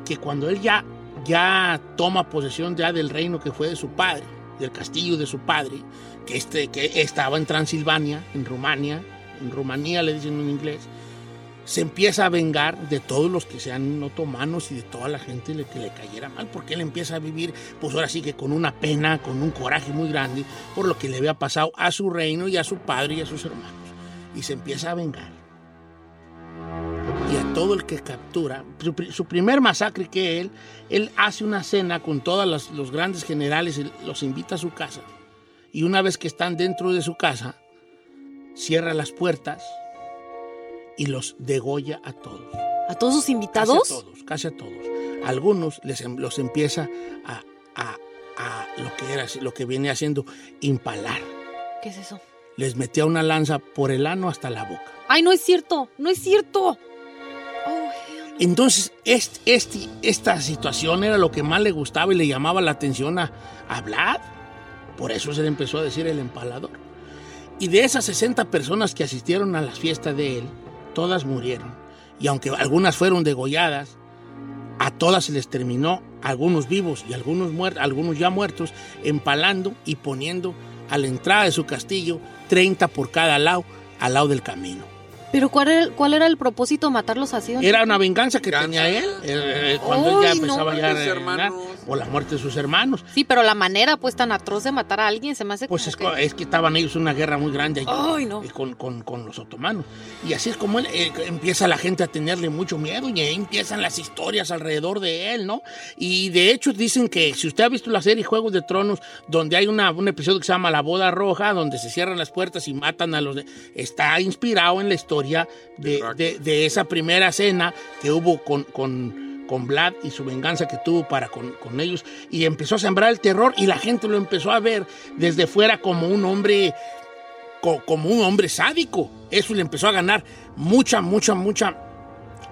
Speaker 1: que cuando él ya, ya toma posesión ya del reino que fue de su padre, del castillo de su padre, que, este, que estaba en Transilvania, en Rumania, en Rumanía le dicen en inglés, se empieza a vengar de todos los que sean otomanos y de toda la gente le- que le cayera mal, porque él empieza a vivir, pues ahora sí que con una pena, con un coraje muy grande por lo que le había pasado a su reino y a su padre y a sus hermanos. Y se empieza a vengar. Y a todo el que captura, su, pri- su primer masacre que él, él hace una cena con todos los grandes generales, él los invita a su casa. Y una vez que están dentro de su casa, cierra las puertas y los degolla a todos.
Speaker 11: ¿A todos sus
Speaker 1: Casi a
Speaker 11: invitados?
Speaker 1: todos, casi a todos. Algunos les, em- los empieza a, a- a lo, que era, lo que viene haciendo impalar.
Speaker 11: ¿Qué es eso?
Speaker 1: Les metía una lanza por el ano hasta la boca.
Speaker 11: Ay, no es cierto, no es cierto.
Speaker 1: Entonces, este, este- esta situación era lo que más le gustaba y le llamaba la atención a, a Vlad. Por eso se le empezó a decir el empalador. Y de esas 60 personas que asistieron a las fiestas de él, todas murieron. Y aunque algunas fueron degolladas, a todas se les terminó, algunos vivos y algunos, muertos, algunos ya muertos, empalando y poniendo a la entrada de su castillo 30 por cada lado, al lado del camino.
Speaker 2: Pero ¿cuál era, el- cuál era el propósito de matarlos así? don
Speaker 1: Era
Speaker 2: Cheto?
Speaker 1: una venganza que tenía él eh, eh, cuando él ya
Speaker 2: Ay, no.
Speaker 1: empezaba ya a
Speaker 2: Sus
Speaker 1: reinar, o la muerte de sus hermanos.
Speaker 2: Sí, pero la manera pues tan atroz de matar a alguien se me hace
Speaker 1: Pues
Speaker 2: como
Speaker 1: es, co- es que estaban ellos en una guerra muy grande allí,
Speaker 2: Ay, no.
Speaker 1: eh, con, con- con los otomanos. Y así es como él, eh, empieza la gente a tenerle mucho miedo y ahí empiezan las historias alrededor de él, ¿no? Y de hecho dicen que si usted ha visto la serie Juegos de Tronos, donde hay una, un episodio que se llama La Boda Roja, donde se cierran las puertas y matan a los... de- está inspirado en la historia de, de- de esa primera cena que hubo con... con con Vlad y su venganza que tuvo para con, con ellos y empezó a sembrar el terror y la gente lo empezó a ver desde fuera como un hombre co- como un hombre sádico. Eso le empezó a ganar mucha, mucha, mucha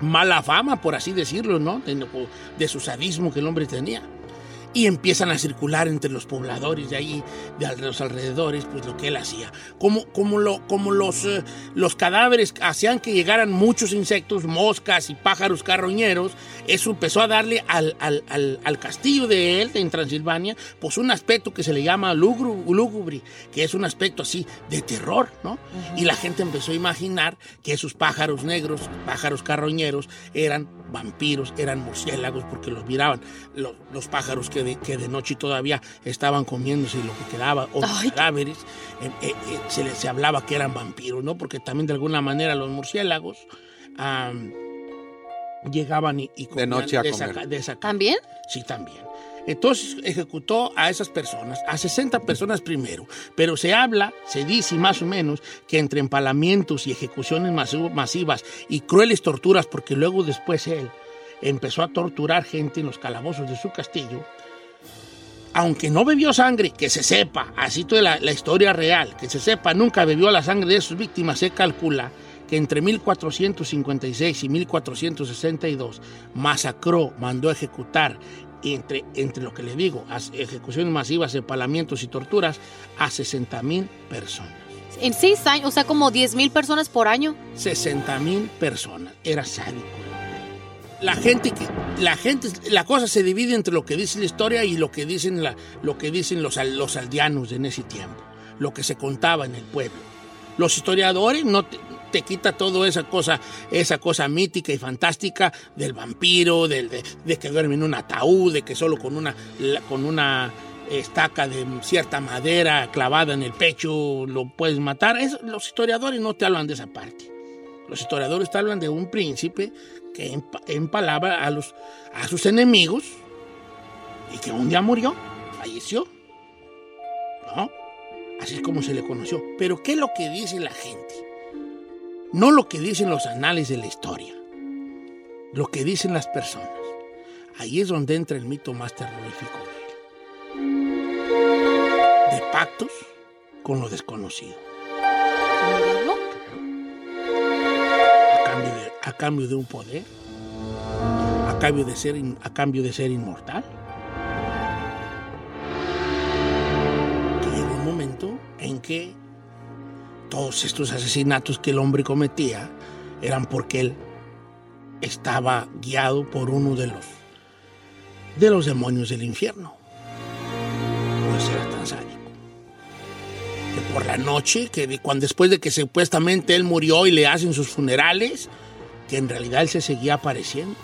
Speaker 1: mala fama, por así decirlo, ¿no? De, de su sadismo que el hombre tenía. Y empiezan a circular entre los pobladores de ahí, de al- los alrededores, pues lo que él hacía. Como, como, lo, como los, eh, los cadáveres hacían que llegaran muchos insectos, moscas y pájaros carroñeros, eso empezó a darle al, al- al- al castillo de él, en Transilvania, pues un aspecto que se le llama lugru- lúgubre, que es un aspecto así de terror, ¿no? Y la gente empezó a imaginar que esos pájaros negros, pájaros carroñeros, eran vampiros, eran murciélagos, porque los miraban lo- los, pájaros que de, que de noche todavía estaban comiéndose lo que quedaba, o los cadáveres, eh, eh, eh, se les se hablaba que eran vampiros, ¿no? Porque también de alguna manera los murciélagos ah, llegaban y, y comían
Speaker 4: noche a
Speaker 1: de esa
Speaker 4: comer.
Speaker 1: ca- de esa ca-
Speaker 2: ¿También?
Speaker 1: Sí, también. Entonces ejecutó a esas personas, a 60 personas primero, pero se habla, se dice más o menos que entre empalamientos y ejecuciones masi- masivas y crueles torturas, porque luego después él empezó a torturar gente en los calabozos de su castillo, aunque no bebió sangre, que se sepa, así toda la, la historia real, que se sepa, nunca bebió la sangre de sus víctimas, se calcula que entre 1456 y 1462 masacró, mandó a ejecutar, entre, entre lo que le digo, as- ejecuciones masivas, empalamientos y torturas, a 60 mil personas.
Speaker 2: En seis años, o sea, como 10 mil personas por año.
Speaker 1: 60 mil personas. Era sádico. La gente que. La gente. La cosa se divide entre lo que dice la historia y lo que dicen, la- lo que dicen los, al- los aldeanos en ese tiempo. Lo que se contaba en el pueblo. Los historiadores no te, te quita toda esa cosa, esa cosa mítica y fantástica del vampiro, del- de, de que duerme en un ataúd, de que solo con una, la- con una estaca de cierta madera clavada en el pecho lo puedes matar. Eso- los historiadores no te hablan de esa parte. Los historiadores te hablan de un príncipe que empa- empalaba a, los, a sus enemigos y que un día murió, falleció. ¿No? Así es como se le conoció. Pero ¿qué es lo que dice la gente? No lo que dicen los anales de la historia, lo que dicen las personas. Ahí es donde entra el mito más terrorífico de él. pactos con lo desconocido. A cambio de, a cambio de un poder, a cambio de ser, in- a cambio de ser inmortal. Que llegó un momento en que todos estos asesinatos que el hombre cometía eran porque él estaba guiado por uno de los de los demonios del infierno. Por eso era tan sádico. Que por la noche, que de- cuando después de que supuestamente él murió y le hacen sus funerales, que en realidad él se seguía apareciendo.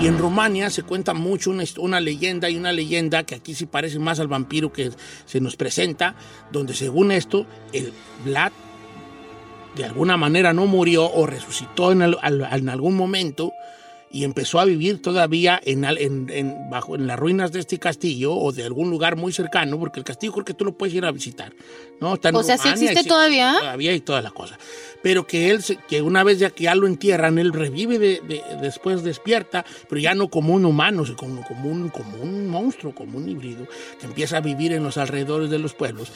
Speaker 1: Y en Rumania se cuenta mucho una, hist- una leyenda y una leyenda que aquí sí parece más al vampiro que se nos presenta, donde según esto, el Vlad de alguna manera no murió o resucitó en, al- al- en algún momento y empezó a vivir todavía en, al- en- en- bajo, en las ruinas de este castillo o de algún lugar muy cercano, porque el castillo creo que tú lo puedes ir a visitar. ¿no? Está en
Speaker 2: O sea, ¿sí
Speaker 1: Rumania,
Speaker 2: existe
Speaker 1: sí,
Speaker 2: todavía?
Speaker 1: Todavía y toda la cosa. Pero que él, se- que una vez ya que ya lo entierran, él revive de- de- después despierta, pero ya no como un humano, sino como, como, un, como un monstruo, como un híbrido, que empieza a vivir en los alrededores de los pueblos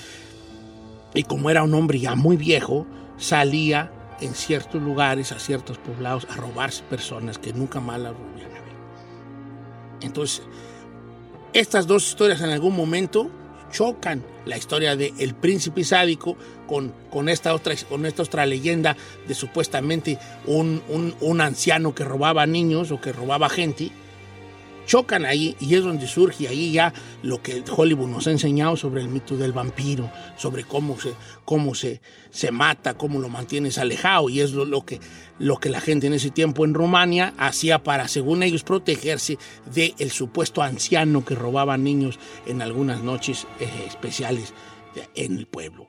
Speaker 1: y como era un hombre ya muy viejo, salía en ciertos lugares, a ciertos poblados, a robarse personas que nunca más las volvían a ver. Entonces, estas dos historias en algún momento chocan la historia de el príncipe sádico con, con, esta, otra, con esta otra leyenda de supuestamente un, un- un anciano que robaba niños o que robaba gente. Chocan ahí y es donde surge ahí ya lo que Hollywood nos ha enseñado sobre el mito del vampiro, sobre cómo se, cómo se, se mata, cómo lo mantienes alejado y es lo, lo que, lo que la gente en ese tiempo en Rumania hacía para, según ellos, protegerse del supuesto anciano que robaba niños en algunas noches eh, especiales de- en el pueblo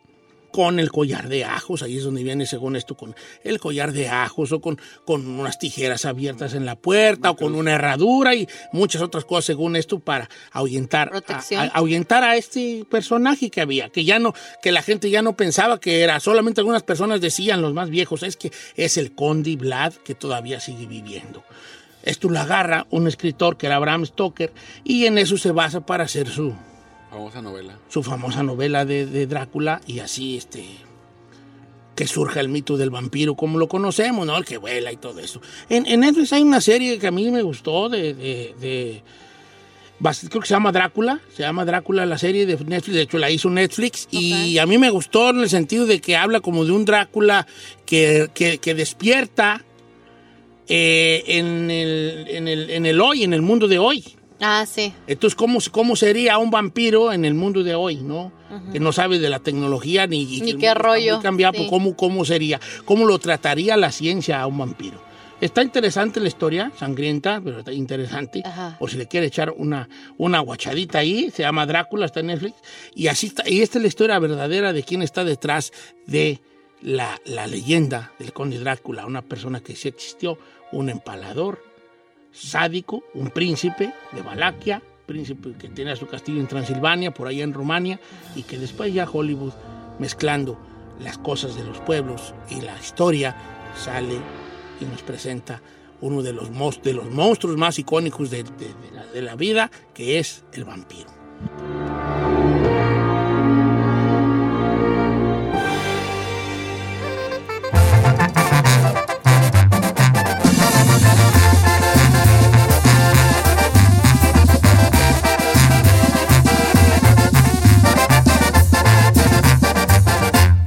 Speaker 1: con el collar de ajos, ahí es donde viene según esto, con el collar de ajos o con, con unas tijeras abiertas en la puerta o con una herradura y muchas otras cosas según esto para ahuyentar a, a- ahuyentar a este personaje que había, que ya no, que la gente ya no pensaba que era, solamente algunas personas decían, los más viejos, es que es el conde Vlad que todavía sigue viviendo. Esto lo agarra un escritor que era Bram Stoker y en eso se basa para hacer su,
Speaker 4: Famosa novela.
Speaker 1: su famosa novela de, de Drácula y así este que surja el mito del vampiro como lo conocemos, ¿no? El que vuela y todo eso. En, en Netflix hay una serie que a mí me gustó de, de- de- bas- creo que se llama Drácula, se llama Drácula la serie de Netflix, de hecho la hizo Netflix y a mí me gustó en el sentido de que habla como de un Drácula que, que- que despierta eh, en, el, en, el, en el hoy, en el mundo de hoy.
Speaker 2: Ah, sí.
Speaker 1: Entonces, ¿cómo, cómo sería un vampiro en el mundo de hoy, no? Que no sabe de la tecnología ni, y
Speaker 2: Ni
Speaker 1: que el
Speaker 2: qué
Speaker 1: mundo está muy
Speaker 2: rollo,
Speaker 1: cambiado, pues,
Speaker 2: sí.
Speaker 1: ¿cómo, ¿Cómo sería? ¿Cómo lo trataría la ciencia a un vampiro? Está interesante la historia, sangrienta, pero está interesante. O si le quiere echar una, una guachadita ahí, se llama Drácula, está en Netflix. Y así está, y esta es la historia verdadera de quién está detrás de la, la leyenda del conde Drácula, una persona que sí existió, un empalador, sádico, un príncipe de Valaquia, príncipe que tenía su castillo en Transilvania, por allá en Rumania, y que después ya Hollywood, mezclando las cosas de los pueblos y la historia, sale y nos presenta uno de los, mos- de los monstruos más icónicos de, de- de la, de la vida, que es el vampiro.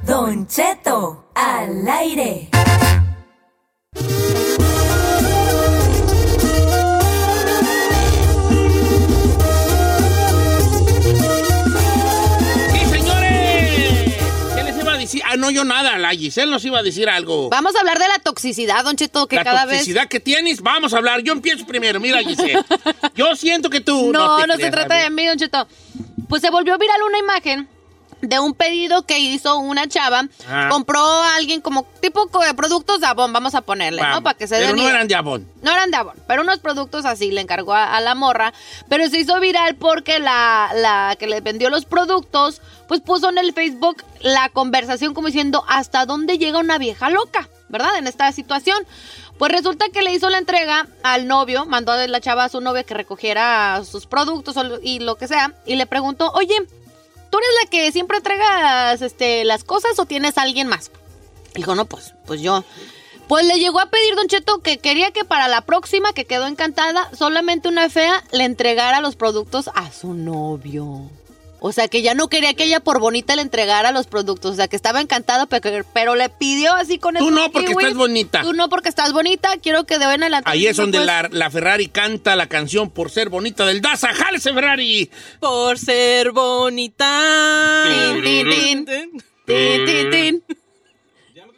Speaker 7: Don Cheto al aire.
Speaker 1: ¡Sí, señores! ¿Qué les iba a decir? Ah, no, yo nada, la Giselle nos iba a decir algo.
Speaker 2: Vamos a hablar de la toxicidad, Don Cheto, que
Speaker 1: la
Speaker 2: cada
Speaker 1: toxicidad que tienes, vamos a hablar. Yo empiezo primero,
Speaker 2: (laughs)
Speaker 1: mira, Giselle. Yo siento que tú.
Speaker 2: vez. No, no,
Speaker 1: te
Speaker 2: se
Speaker 1: creas,
Speaker 2: trata de mí, Don Cheto. Pues se volvió viral una imagen de un pedido que hizo una chava.
Speaker 1: Ah.
Speaker 2: Compró a alguien como tipo co- de productos de Avon, vamos a ponerle,
Speaker 1: Vamos,
Speaker 2: ¿no? Para que se
Speaker 1: Pero
Speaker 2: den
Speaker 1: no
Speaker 2: idea.
Speaker 1: eran de abón.
Speaker 2: No eran de Avon, pero unos productos así le encargó a, a la morra. Pero se hizo viral porque la, la que le vendió los productos, pues puso en el Facebook la conversación como diciendo hasta dónde llega una vieja loca, ¿verdad? En esta situación. Pues resulta que le hizo la entrega al novio, mandó a la chava a su novia que recogiera sus productos o lo- y lo que sea, y le preguntó, oye, ¿tú eres la que siempre entregas este, las cosas o tienes a alguien más? Dijo, no, pues, pues yo. Pues le llegó a pedir Don Cheto que quería que para la próxima, que quedó encantada, solamente una fea le entregara los productos a su novio. O sea, que ya no quería que ella por bonita le entregara los productos. O sea, que estaba encantada, pero, pero le pidió así con el.
Speaker 1: Tú no, porque estás bonita.
Speaker 2: Tú no, porque estás bonita. Quiero que de hoy en adelante.
Speaker 1: Ahí es
Speaker 2: no
Speaker 1: donde
Speaker 2: puedes-
Speaker 1: la, la Ferrari canta la canción por ser bonita del Daza. ¡Jálese, Ferrari!
Speaker 5: Por ser bonita.
Speaker 1: Tin, tin, tin. Ah.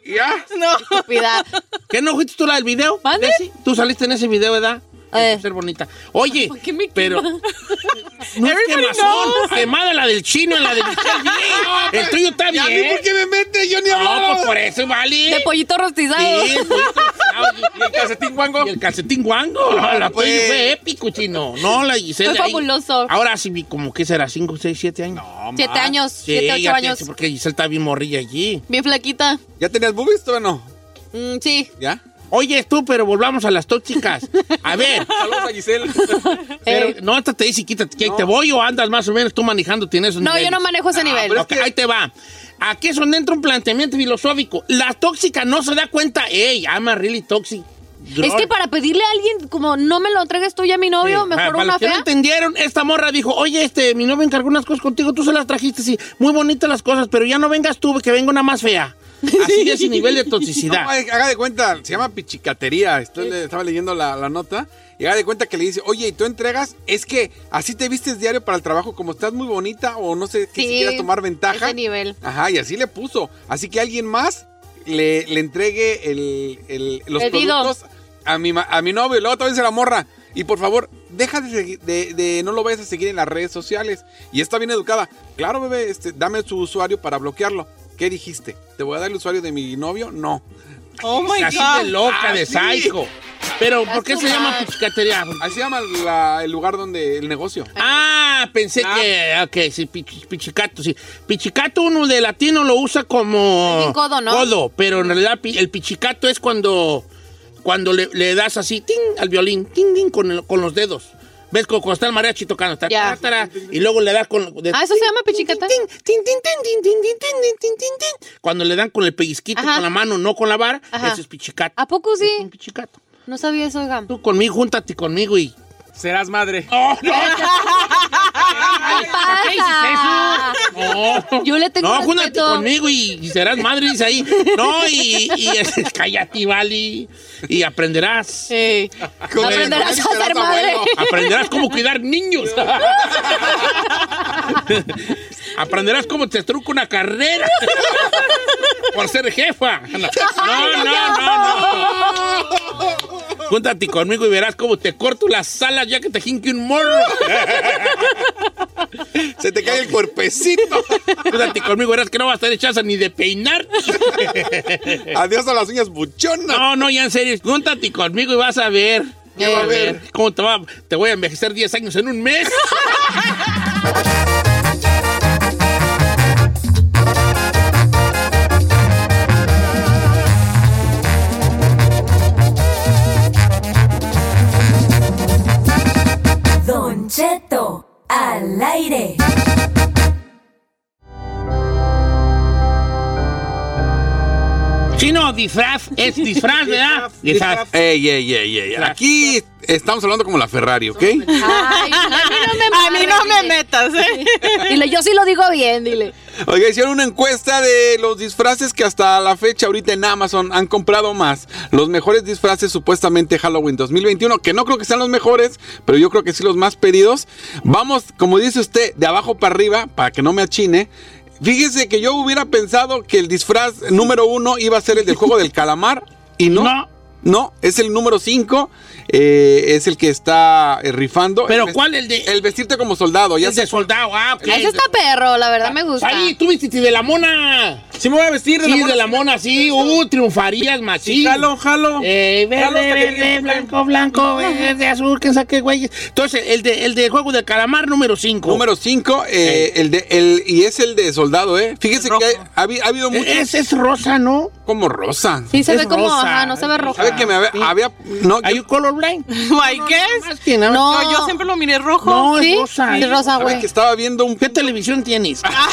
Speaker 1: ¿Ya?
Speaker 5: No.
Speaker 1: (laughs) ¿Qué no fuiste tú la del video? Desi? Tú saliste en ese video, ¿verdad? Por Ser bonita. Oye,
Speaker 2: (laughs)
Speaker 1: pero. No es quemazón. Quemada la del chino, la del.
Speaker 2: (laughs)
Speaker 1: El tuyo está
Speaker 4: ¿Y a
Speaker 1: bien.
Speaker 4: mí por qué me mete? Yo ni
Speaker 1: No,
Speaker 4: hablaba.
Speaker 1: pues por eso vale.
Speaker 2: De pollito rostizado.
Speaker 1: Sí,
Speaker 2: (laughs)
Speaker 1: ¿Y el calcetín guango? ¿Y el calcetín guango? No, la
Speaker 4: Pues.
Speaker 1: tuya fue épico, chino. No, la Gisela.
Speaker 2: Fue
Speaker 1: ahí-
Speaker 2: fabuloso.
Speaker 1: Ahora sí, vi como que será 5, 6, 7 años.
Speaker 2: Siete más. años,
Speaker 1: Ah, Sí,
Speaker 2: siete, ocho
Speaker 1: ya
Speaker 2: años.
Speaker 1: tiene- Porque Gisela está bien morrilla allí.
Speaker 2: Bien flaquita.
Speaker 1: ¿Ya tenías boobies o no?
Speaker 2: Mm, sí.
Speaker 1: ¿Ya? Oye, tú, pero volvamos a las tóxicas. A ver.
Speaker 3: Saludos a Giselle.
Speaker 2: eh,
Speaker 1: Pero, no, hasta te dice, quítate, que ahí te voy o andas más o menos tú manejándote en esos
Speaker 2: No,
Speaker 1: niveles?
Speaker 2: yo no manejo ese nivel.
Speaker 1: pero es que Ahí te va. Aquí es donde entra un planteamiento filosófico. La tóxica no se da cuenta, hey, I'm a really toxic.
Speaker 2: Es que para pedirle a alguien, como no me lo entregues tú y a mi novio,
Speaker 1: Ah,
Speaker 2: mejor
Speaker 1: para
Speaker 2: una
Speaker 1: los que no
Speaker 2: fea.
Speaker 1: entendieron, esta morra dijo, oye, este, mi novio encargó unas cosas contigo, tú se las trajiste, sí, muy bonitas las cosas, pero ya no vengas tú, que venga una más
Speaker 2: (laughs)
Speaker 1: fea. Así de ese nivel de toxicidad.
Speaker 4: No, haga de cuenta, se llama pichicatería. Estoy- le- estaba leyendo la, la nota. Y haga de cuenta que le dice, oye, ¿y tú entregas? Es que así te vistes diario para el trabajo, como estás muy bonita o no sé,
Speaker 2: Sí,
Speaker 4: que si quieras tomar ventaja.
Speaker 2: ese nivel.
Speaker 4: Ajá, y así le puso. Así que alguien más le, le entregue el, el- los
Speaker 2: El Dido.
Speaker 4: productos a mi, ma- a mi novio. Y Luego también se la morra. Y por favor, deja de, segui- de, de- no lo vayas a seguir en las redes sociales. Y está bien educada. Claro, bebé, este, dame su usuario para bloquearlo. ¿Qué dijiste? ¿Te voy a dar el usuario de mi novio? No.
Speaker 5: Oh my
Speaker 1: Así
Speaker 5: God.
Speaker 1: de loca, de
Speaker 4: Así.
Speaker 1: psycho. Pero, ¿por qué
Speaker 4: That's
Speaker 1: se
Speaker 4: too
Speaker 1: llama
Speaker 4: much.
Speaker 1: pichicatería?
Speaker 4: Así se llama la- el lugar donde el negocio.
Speaker 1: Ah, pensé que, ok, sí, pich- pichicato, sí. Pichicato uno de latino lo usa como...
Speaker 2: También codo, ¿no?
Speaker 1: Codo, pero en realidad pi- el pichicato es cuando, cuando le, le das así, ting, al violín, ting, ting, con, el- con los dedos. ¿Ves? Como Cuando está el mariachi tocando, ta,
Speaker 2: Ya.
Speaker 1: ta, ta, ta, y luego le das con... de-
Speaker 2: Ah, eso se llama pichicata.
Speaker 1: Cuando le dan con el pellizquito,
Speaker 2: Ajá.
Speaker 1: con la mano, no con la vara,
Speaker 2: Ajá. Ah,
Speaker 1: eso es pichicato.
Speaker 2: ¿A poco sí?
Speaker 1: Pichicato.
Speaker 2: No sabía eso, oiga.
Speaker 1: Tú conmigo, júntate conmigo y...
Speaker 3: Serás madre.
Speaker 1: ¡Oh, no!
Speaker 2: (laughs) ¿Qué pasa?
Speaker 1: No.
Speaker 2: Yo le tengo
Speaker 1: No,
Speaker 2: respeto.
Speaker 1: júntate conmigo y, y serás madre, dice ahí. No, y, (laughs) y cállate, Vali. Y aprenderás.
Speaker 2: Con él, Aprenderás con él a serás ser madre. abuelo.
Speaker 1: Aprenderás cómo cuidar
Speaker 2: (laughs)
Speaker 1: niños. aprenderás cómo te truca una carrera. Por ser jefa. No, no, no, no. Júntate conmigo y verás cómo te corto las alas ya que te jinque un morro.
Speaker 4: Se te cae el
Speaker 3: (laughs)
Speaker 4: cuerpecito.
Speaker 1: Júntate conmigo, verás que no vas a tener chance ni de peinar.
Speaker 4: Adiós a las uñas buchonas.
Speaker 1: No, no, ya en serio. Júntate conmigo y vas a ver.
Speaker 4: ¿Qué va a
Speaker 1: Eh,
Speaker 4: ver?
Speaker 1: ¿Cómo te, va? te voy a envejecer 10 años en un mes?
Speaker 7: Don Cheto al aire.
Speaker 1: Chino, disfraz. Es disfraz, ¿verdad? Disfraz.
Speaker 4: Ey, ey, ey, ey. Aquí estamos hablando como la Ferrari, ¿ok?
Speaker 2: Ay, a mí no me,
Speaker 5: A mí no me metas, ¿eh?
Speaker 2: Dile, yo sí lo digo bien, dile.
Speaker 4: Oiga, hicieron una encuesta de los disfraces que hasta la fecha ahorita en Amazon han comprado más. Los mejores disfraces supuestamente Halloween 2021, que no creo que sean los mejores, pero yo creo que sí los más pedidos. Vamos, como dice usted, de abajo para arriba, para que no me achine. Fíjese que yo hubiera pensado que el disfraz número uno iba a ser el del juego del calamar y no. No. es el número 5, es el que está eh, rifando.
Speaker 1: ¿Pero
Speaker 4: vest-
Speaker 1: cuál? El de-
Speaker 4: El vestirte como soldado. Ya
Speaker 1: El de soldado, ah, ok.
Speaker 2: Ese está perro, la verdad me gusta.
Speaker 1: Ahí, tú viste de la mona.
Speaker 3: Si me voy a vestir
Speaker 1: de la mona. de la mona, sí. Uh, triunfarías, machín. jalo,
Speaker 3: jalo.
Speaker 1: Eh,
Speaker 3: Jalo
Speaker 1: verde,
Speaker 3: hasta que llegue
Speaker 1: verde,
Speaker 3: el
Speaker 1: blanco, blanco, verde, azul, quién sabe qué, güey. Entonces, el de, el de Juego del Calamar número 5.
Speaker 4: Número 5,
Speaker 1: Eh.
Speaker 4: el de, el, y es el de soldado, ¿eh? Fíjese que ha, ha habi- ha habido mucho.
Speaker 1: Eh, Ese es rosa, ¿no?
Speaker 4: Como rosa.
Speaker 2: Sí, se
Speaker 4: Es
Speaker 2: ve como,
Speaker 4: rosa.
Speaker 2: ajá, no se ve rojo.
Speaker 4: ¿Sabe que me había.? había- no,
Speaker 1: ¿Hay
Speaker 4: yo-
Speaker 1: un color blind?
Speaker 5: ¿My guess?
Speaker 1: que nada.
Speaker 5: No,
Speaker 2: No.
Speaker 5: yo siempre lo miré rojo.
Speaker 1: No,
Speaker 5: ¿Sí?
Speaker 1: es rosa.
Speaker 2: Es rosa,
Speaker 4: ¿sabe
Speaker 2: güey.
Speaker 4: que estaba viendo un.
Speaker 1: ¿Qué televisión tienes?
Speaker 4: Ah,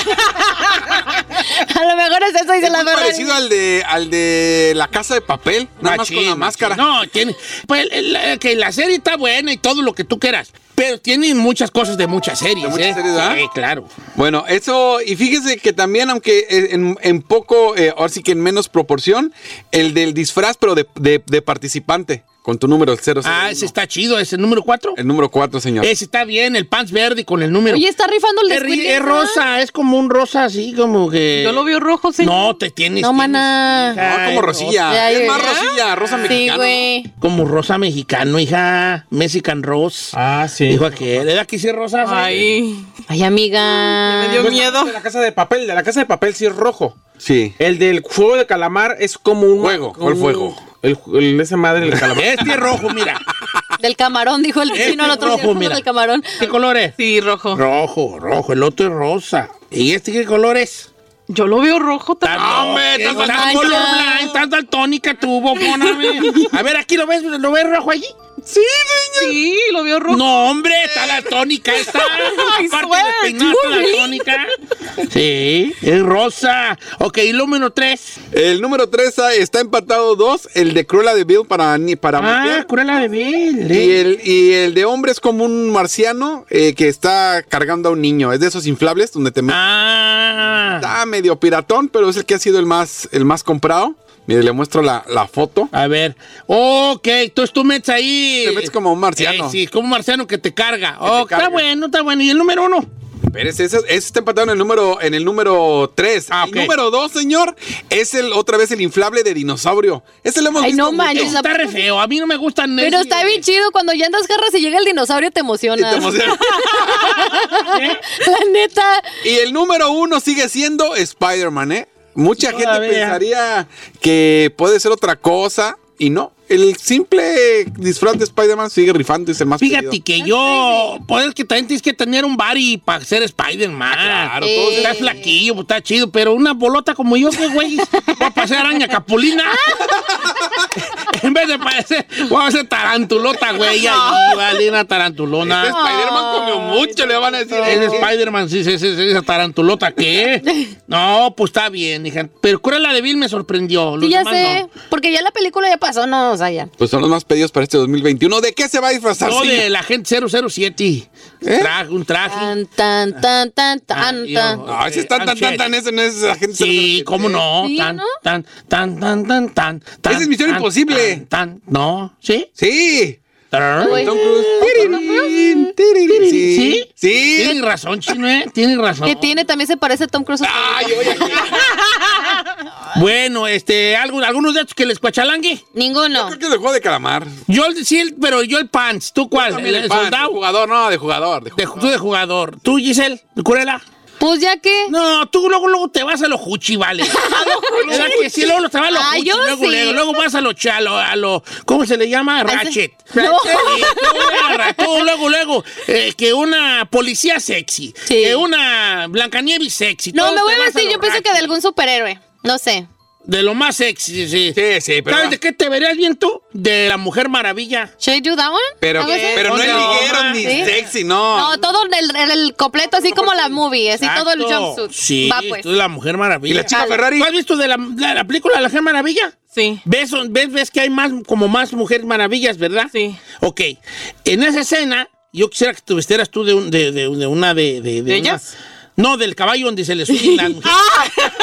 Speaker 2: A lo mejor es eso y se
Speaker 4: Es
Speaker 2: la
Speaker 4: muy
Speaker 2: verdad.
Speaker 4: parecido al de, al de La Casa de Papel, nada más con la
Speaker 1: Machín,
Speaker 4: máscara.
Speaker 1: machín. No, tiene. Pues eh, la, que la serie está buena y todo lo que tú quieras. Pero tiene muchas cosas de muchas series.
Speaker 4: De muchas
Speaker 1: ¿eh?
Speaker 4: series, ¿verdad?
Speaker 1: Sí, claro.
Speaker 4: Bueno, eso, y fíjese que también, aunque eh, en, en poco, eh, ahora sí que en menos proporción, el del disfraz, pero de, de- de participante, con tu número, el 0.
Speaker 1: Ah, ese está chido, ese número 4.
Speaker 4: El número 4, señor.
Speaker 1: Ese está bien, el pants verde con el número.
Speaker 2: Oye, está rifando el
Speaker 1: es, ri-
Speaker 2: descuento.
Speaker 1: es rosa, es como un rosa así, como que.
Speaker 5: Yo lo veo rojo, señor.
Speaker 1: No, te tienes.
Speaker 2: No,
Speaker 1: tienes-
Speaker 2: mana.
Speaker 4: No,
Speaker 1: Ay,
Speaker 4: Ah, como
Speaker 2: Ya,
Speaker 4: Rosilla. Es
Speaker 2: ya,
Speaker 4: más
Speaker 2: ya.
Speaker 4: Rosilla, Rosa
Speaker 2: Sí,
Speaker 4: Mexicana.
Speaker 2: güey.
Speaker 1: Como rosa mexicano, hija. Mexican Rose.
Speaker 3: Ah, sí.
Speaker 1: Dijo que ¿Era que sí es rosa?
Speaker 5: Ay,
Speaker 2: Ay, amiga.
Speaker 5: me dio
Speaker 3: Pues,
Speaker 5: miedo.
Speaker 3: De la casa de papel, de la casa de papel sí es rojo.
Speaker 4: Sí.
Speaker 3: El del juego de calamar es como un.
Speaker 4: Fuego,
Speaker 3: como
Speaker 4: ¿cuál fuego?
Speaker 3: El, el- esa madre
Speaker 4: (laughs)
Speaker 3: del calamar.
Speaker 1: Este es rojo, mira.
Speaker 2: Del camarón, dijo el
Speaker 1: Este
Speaker 2: chino al otro.
Speaker 1: rojo,
Speaker 2: día,
Speaker 1: mira.
Speaker 2: Del camarón.
Speaker 1: ¿Qué color es?
Speaker 5: Sí, rojo.
Speaker 1: Rojo, rojo. El otro es rosa. ¿Y este qué color es?
Speaker 5: Yo lo veo rojo también.
Speaker 1: No, hombre,
Speaker 2: no
Speaker 1: estás tan
Speaker 2: manches.
Speaker 1: colorblind, estás daltónica tú, bofona, güey. A ver, aquí lo ves, ¿lo ves rojo allí?
Speaker 5: Sí, señor. Sí, lo veo rojo.
Speaker 1: No, hombre, está daltónica
Speaker 5: (laughs)
Speaker 1: esta.
Speaker 5: I
Speaker 1: Aparte
Speaker 5: swear,
Speaker 1: de peinar, está daltónica. Sí, es rosa. Ok, y lo menos tres.
Speaker 4: El número 3 está empatado 2, el de Cruella de Bill para, ni- para
Speaker 1: Ah,
Speaker 4: mujer.
Speaker 1: Cruella de Vil.
Speaker 4: Y
Speaker 1: eh.
Speaker 4: el, y el de hombre es como un marciano eh, que está cargando a un niño. Es de esos inflables donde te metes.
Speaker 1: Ah.
Speaker 4: Está medio piratón, pero es el que ha sido el más, el más comprado. Mire, le muestro la, la foto.
Speaker 1: A ver. Ok, entonces tú metes ahí.
Speaker 4: Te metes como un marciano.
Speaker 1: Eh, sí, como un marciano que te carga. Oh,
Speaker 4: carga.
Speaker 1: está bueno, está bueno. ¿Y el número uno?
Speaker 4: Pero ese, ese- ese está empatado en el número, en el número 3.
Speaker 1: Ah, ok.
Speaker 4: El número 2, señor, es el otra vez el inflable de dinosaurio. Ese lo hemos
Speaker 2: Ay,
Speaker 4: visto
Speaker 2: no
Speaker 4: mucho.
Speaker 2: manches.
Speaker 1: Está re feo. A mí no me gustan
Speaker 2: Pero
Speaker 1: esos.
Speaker 2: está bien chido. Cuando ya andas garras y llega el dinosaurio, te
Speaker 4: Y te
Speaker 2: emocionas.
Speaker 4: emociona.
Speaker 2: (laughs) La neta.
Speaker 4: (laughs) Y el número uno sigue siendo Spider-Man, ¿eh? Mucha
Speaker 1: Todavía.
Speaker 4: gente pensaría que puede ser otra cosa y no. El simple disfraz de Spider-Man sigue rifando y es el más
Speaker 1: Fíjate
Speaker 4: pedido.
Speaker 1: que yo, poder que también tienes que tener un body para ser Spider-Man.
Speaker 4: claro,
Speaker 2: todos-
Speaker 1: Está flaquillo, pues, está chido, pero una bolota como yo, qué güey. Voy a parecer araña capulina. en vez de parecer, voy a ser tarantulota, güey. Ahí, vale, una tarantulona.
Speaker 4: Este Spider-Man comió mucho, le van a decir.
Speaker 1: Es Spider-Man, sí, sí, sí, sí, esa tarantulota,
Speaker 2: (laughs)
Speaker 1: ¿qué? No, pues está bien, hija. Pero Cruella de Vil me sorprendió.
Speaker 2: Sí,
Speaker 1: Los
Speaker 2: ya
Speaker 1: demás
Speaker 2: sé. Porque ya la película ya pasó, no, o sea, ya.
Speaker 4: Pues son los más pedidos para este 2021. ¿De qué se va a disfrazar?
Speaker 1: No, No,
Speaker 4: señor?
Speaker 1: de la gente 007.
Speaker 2: ¿Eh?
Speaker 1: Traje, un traje.
Speaker 2: Tan, tan, tan, tan, tan,
Speaker 1: Ah, yo-
Speaker 2: tan.
Speaker 4: No, ese está tan, tan, tan, ese no es agente.
Speaker 1: Sí,
Speaker 4: 007.
Speaker 1: cómo no.
Speaker 2: Sí,
Speaker 1: tan,
Speaker 2: ¿no?
Speaker 1: tan, tan, tan, tan, tan, tan.
Speaker 4: Esa es Misión
Speaker 1: tan,
Speaker 4: Imposible.
Speaker 1: Tan, tan, no, ¿sí?
Speaker 4: Sí.
Speaker 1: Tarán.
Speaker 2: Uy.
Speaker 4: Tom Cruise. Tirirín, tirirín.
Speaker 1: ¿Sí?
Speaker 4: Sí. Sí.
Speaker 1: Tienes razón, chino, ¿eh? Tienes razón.
Speaker 2: Que tiene, también se parece a Tom Cruise.
Speaker 4: Ay, oye.
Speaker 1: Bueno, este, algo- algunos de estos que les cuachalangue.
Speaker 2: Ninguno.
Speaker 4: Creo que es el juego de calamar.
Speaker 1: Yo el- sí, el- pero yo el pants. ¿Tú cuál?
Speaker 4: También
Speaker 1: el,
Speaker 4: de
Speaker 1: el
Speaker 4: fan, de
Speaker 1: soldado.
Speaker 4: jugador, no, de jugador. De
Speaker 1: De- tú de jugador. ¿Tú, Giselle? ¿Curela?
Speaker 2: Pues ya que.
Speaker 1: No, tú luego, luego te vas a los juchi,
Speaker 2: (laughs)
Speaker 1: vale. ¿Verdad que sí? Luego te vas a los
Speaker 2: Ah,
Speaker 1: juchi,
Speaker 2: yo
Speaker 1: luego,
Speaker 2: sí.
Speaker 1: luego, luego vas a los chalo, a los, ¿cómo se le llama?
Speaker 2: ese-
Speaker 1: Ratchet.
Speaker 2: (laughs) No.
Speaker 1: Sí, tú, una- tú luego, luego, eh, que una policía sexy,
Speaker 2: Sí.
Speaker 1: que una Blancanieves sexy.
Speaker 2: No,
Speaker 1: todo
Speaker 2: me
Speaker 1: te
Speaker 2: voy a
Speaker 1: vas
Speaker 2: vestir,
Speaker 1: los
Speaker 2: yo pienso que de
Speaker 1: Ratchet,
Speaker 2: algún superhéroe. No sé.
Speaker 1: De lo más sexy, sí.
Speaker 4: Sí, sí, pero.
Speaker 1: ¿Sabes de qué te verías bien tú? De la Mujer Maravilla.
Speaker 2: ¿Should I do that one?
Speaker 4: Pero,
Speaker 2: ¿Algo así?
Speaker 4: pero no es
Speaker 1: Ponle
Speaker 4: liguero
Speaker 1: goma.
Speaker 4: ni
Speaker 2: Sí.
Speaker 4: sexy, no.
Speaker 2: No, todo el, el- el completo, así como la movie, así todo el
Speaker 1: Exacto.
Speaker 2: jumpsuit.
Speaker 1: Sí,
Speaker 2: Va pues.
Speaker 1: tú de la Mujer Maravilla.
Speaker 4: ¿Y la chica Ferrari?
Speaker 1: ¿Tú has visto de la, la- la película La Mujer Maravilla?
Speaker 5: Sí,
Speaker 1: ¿Ves, ves, ves que hay más, como más mujeres maravillas, ¿verdad?
Speaker 5: sí.
Speaker 1: Ok. En esa escena, yo quisiera que te vistieras tú de, un- de- de- de una de. ¿De,
Speaker 5: ¿De
Speaker 1: una-
Speaker 5: ellas?
Speaker 1: no, del caballo donde se les suben
Speaker 2: (laughs)
Speaker 1: las mujeres. (laughs)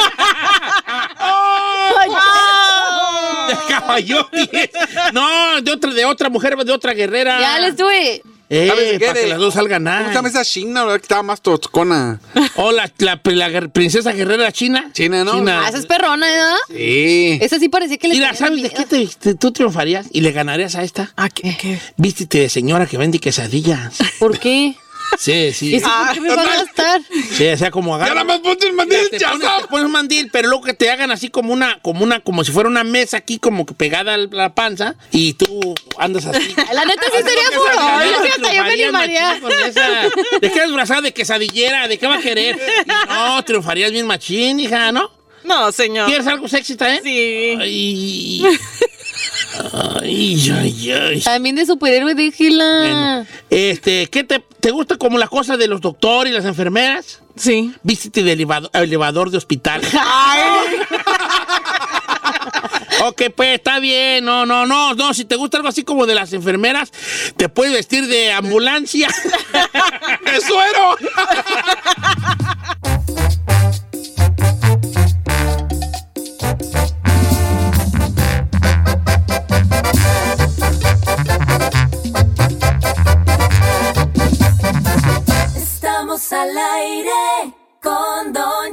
Speaker 1: ¡Del caballo! (laughs) no, de otra, de otra mujer, de otra guerrera.
Speaker 2: Ya, let's do it.
Speaker 1: Eh,
Speaker 4: ¿Sabes qué?
Speaker 1: para que
Speaker 4: De-
Speaker 1: las dos salgan
Speaker 4: ¿Cómo se llama
Speaker 1: nada.
Speaker 4: esa china, la verdad, que estaba más toscona?
Speaker 1: O la, la- la guer- princesa guerrera china.
Speaker 4: China, ¿no?
Speaker 2: Ah, esa es perrona, ¿verdad?
Speaker 4: Sí.
Speaker 2: Esa sí parecía que le
Speaker 1: Mira,
Speaker 2: tenía
Speaker 1: ¿sabes de
Speaker 2: miedo.
Speaker 1: qué te, te- tú triunfarías y le ganarías a esta?
Speaker 5: ¿A qué?
Speaker 1: Vístete de señora que vende quesadillas.
Speaker 2: (laughs) ¿Por qué?
Speaker 1: Sí, sí.
Speaker 2: ¿Y eso por qué me va a gastar?
Speaker 1: Sí, o sea, como agarra.
Speaker 4: Ya nada más ponte el mandil,
Speaker 1: te
Speaker 4: ya
Speaker 1: pones,
Speaker 4: sabes.
Speaker 1: te pones un mandil, pero luego que te hagan así como una, como una, como si fuera una mesa aquí, como que pegada a la panza, y tú andas
Speaker 2: (laughs)
Speaker 1: así.
Speaker 2: La neta sí
Speaker 1: Así
Speaker 2: Pues sería
Speaker 1: que
Speaker 2: puro.
Speaker 1: salga,
Speaker 2: Yo
Speaker 1: ¿no?
Speaker 2: sí hasta yo me
Speaker 1: Triunfarías
Speaker 2: animaría.
Speaker 1: machín con esa- Te quedas brazada de quesadillera, ¿de qué va a querer? Y no, triunfarías bien machín, hija, ¿no?
Speaker 5: No, señor.
Speaker 1: ¿Quieres algo sexy también?
Speaker 5: Sí.
Speaker 1: Ay. Ay, ay, ay.
Speaker 2: También de superhéroe, déjela.
Speaker 1: Bueno, este, ¿qué te, te gusta como las cosas de los doctores y las enfermeras?
Speaker 5: Sí.
Speaker 1: Vístete de elevado- elevador de hospital. (laughs) ok, pues está bien. No, no, no, no. Si te gusta algo así como de las enfermeras, te puedes vestir de ambulancia. (laughs) ¡De suero!
Speaker 7: Estamos al aire con Don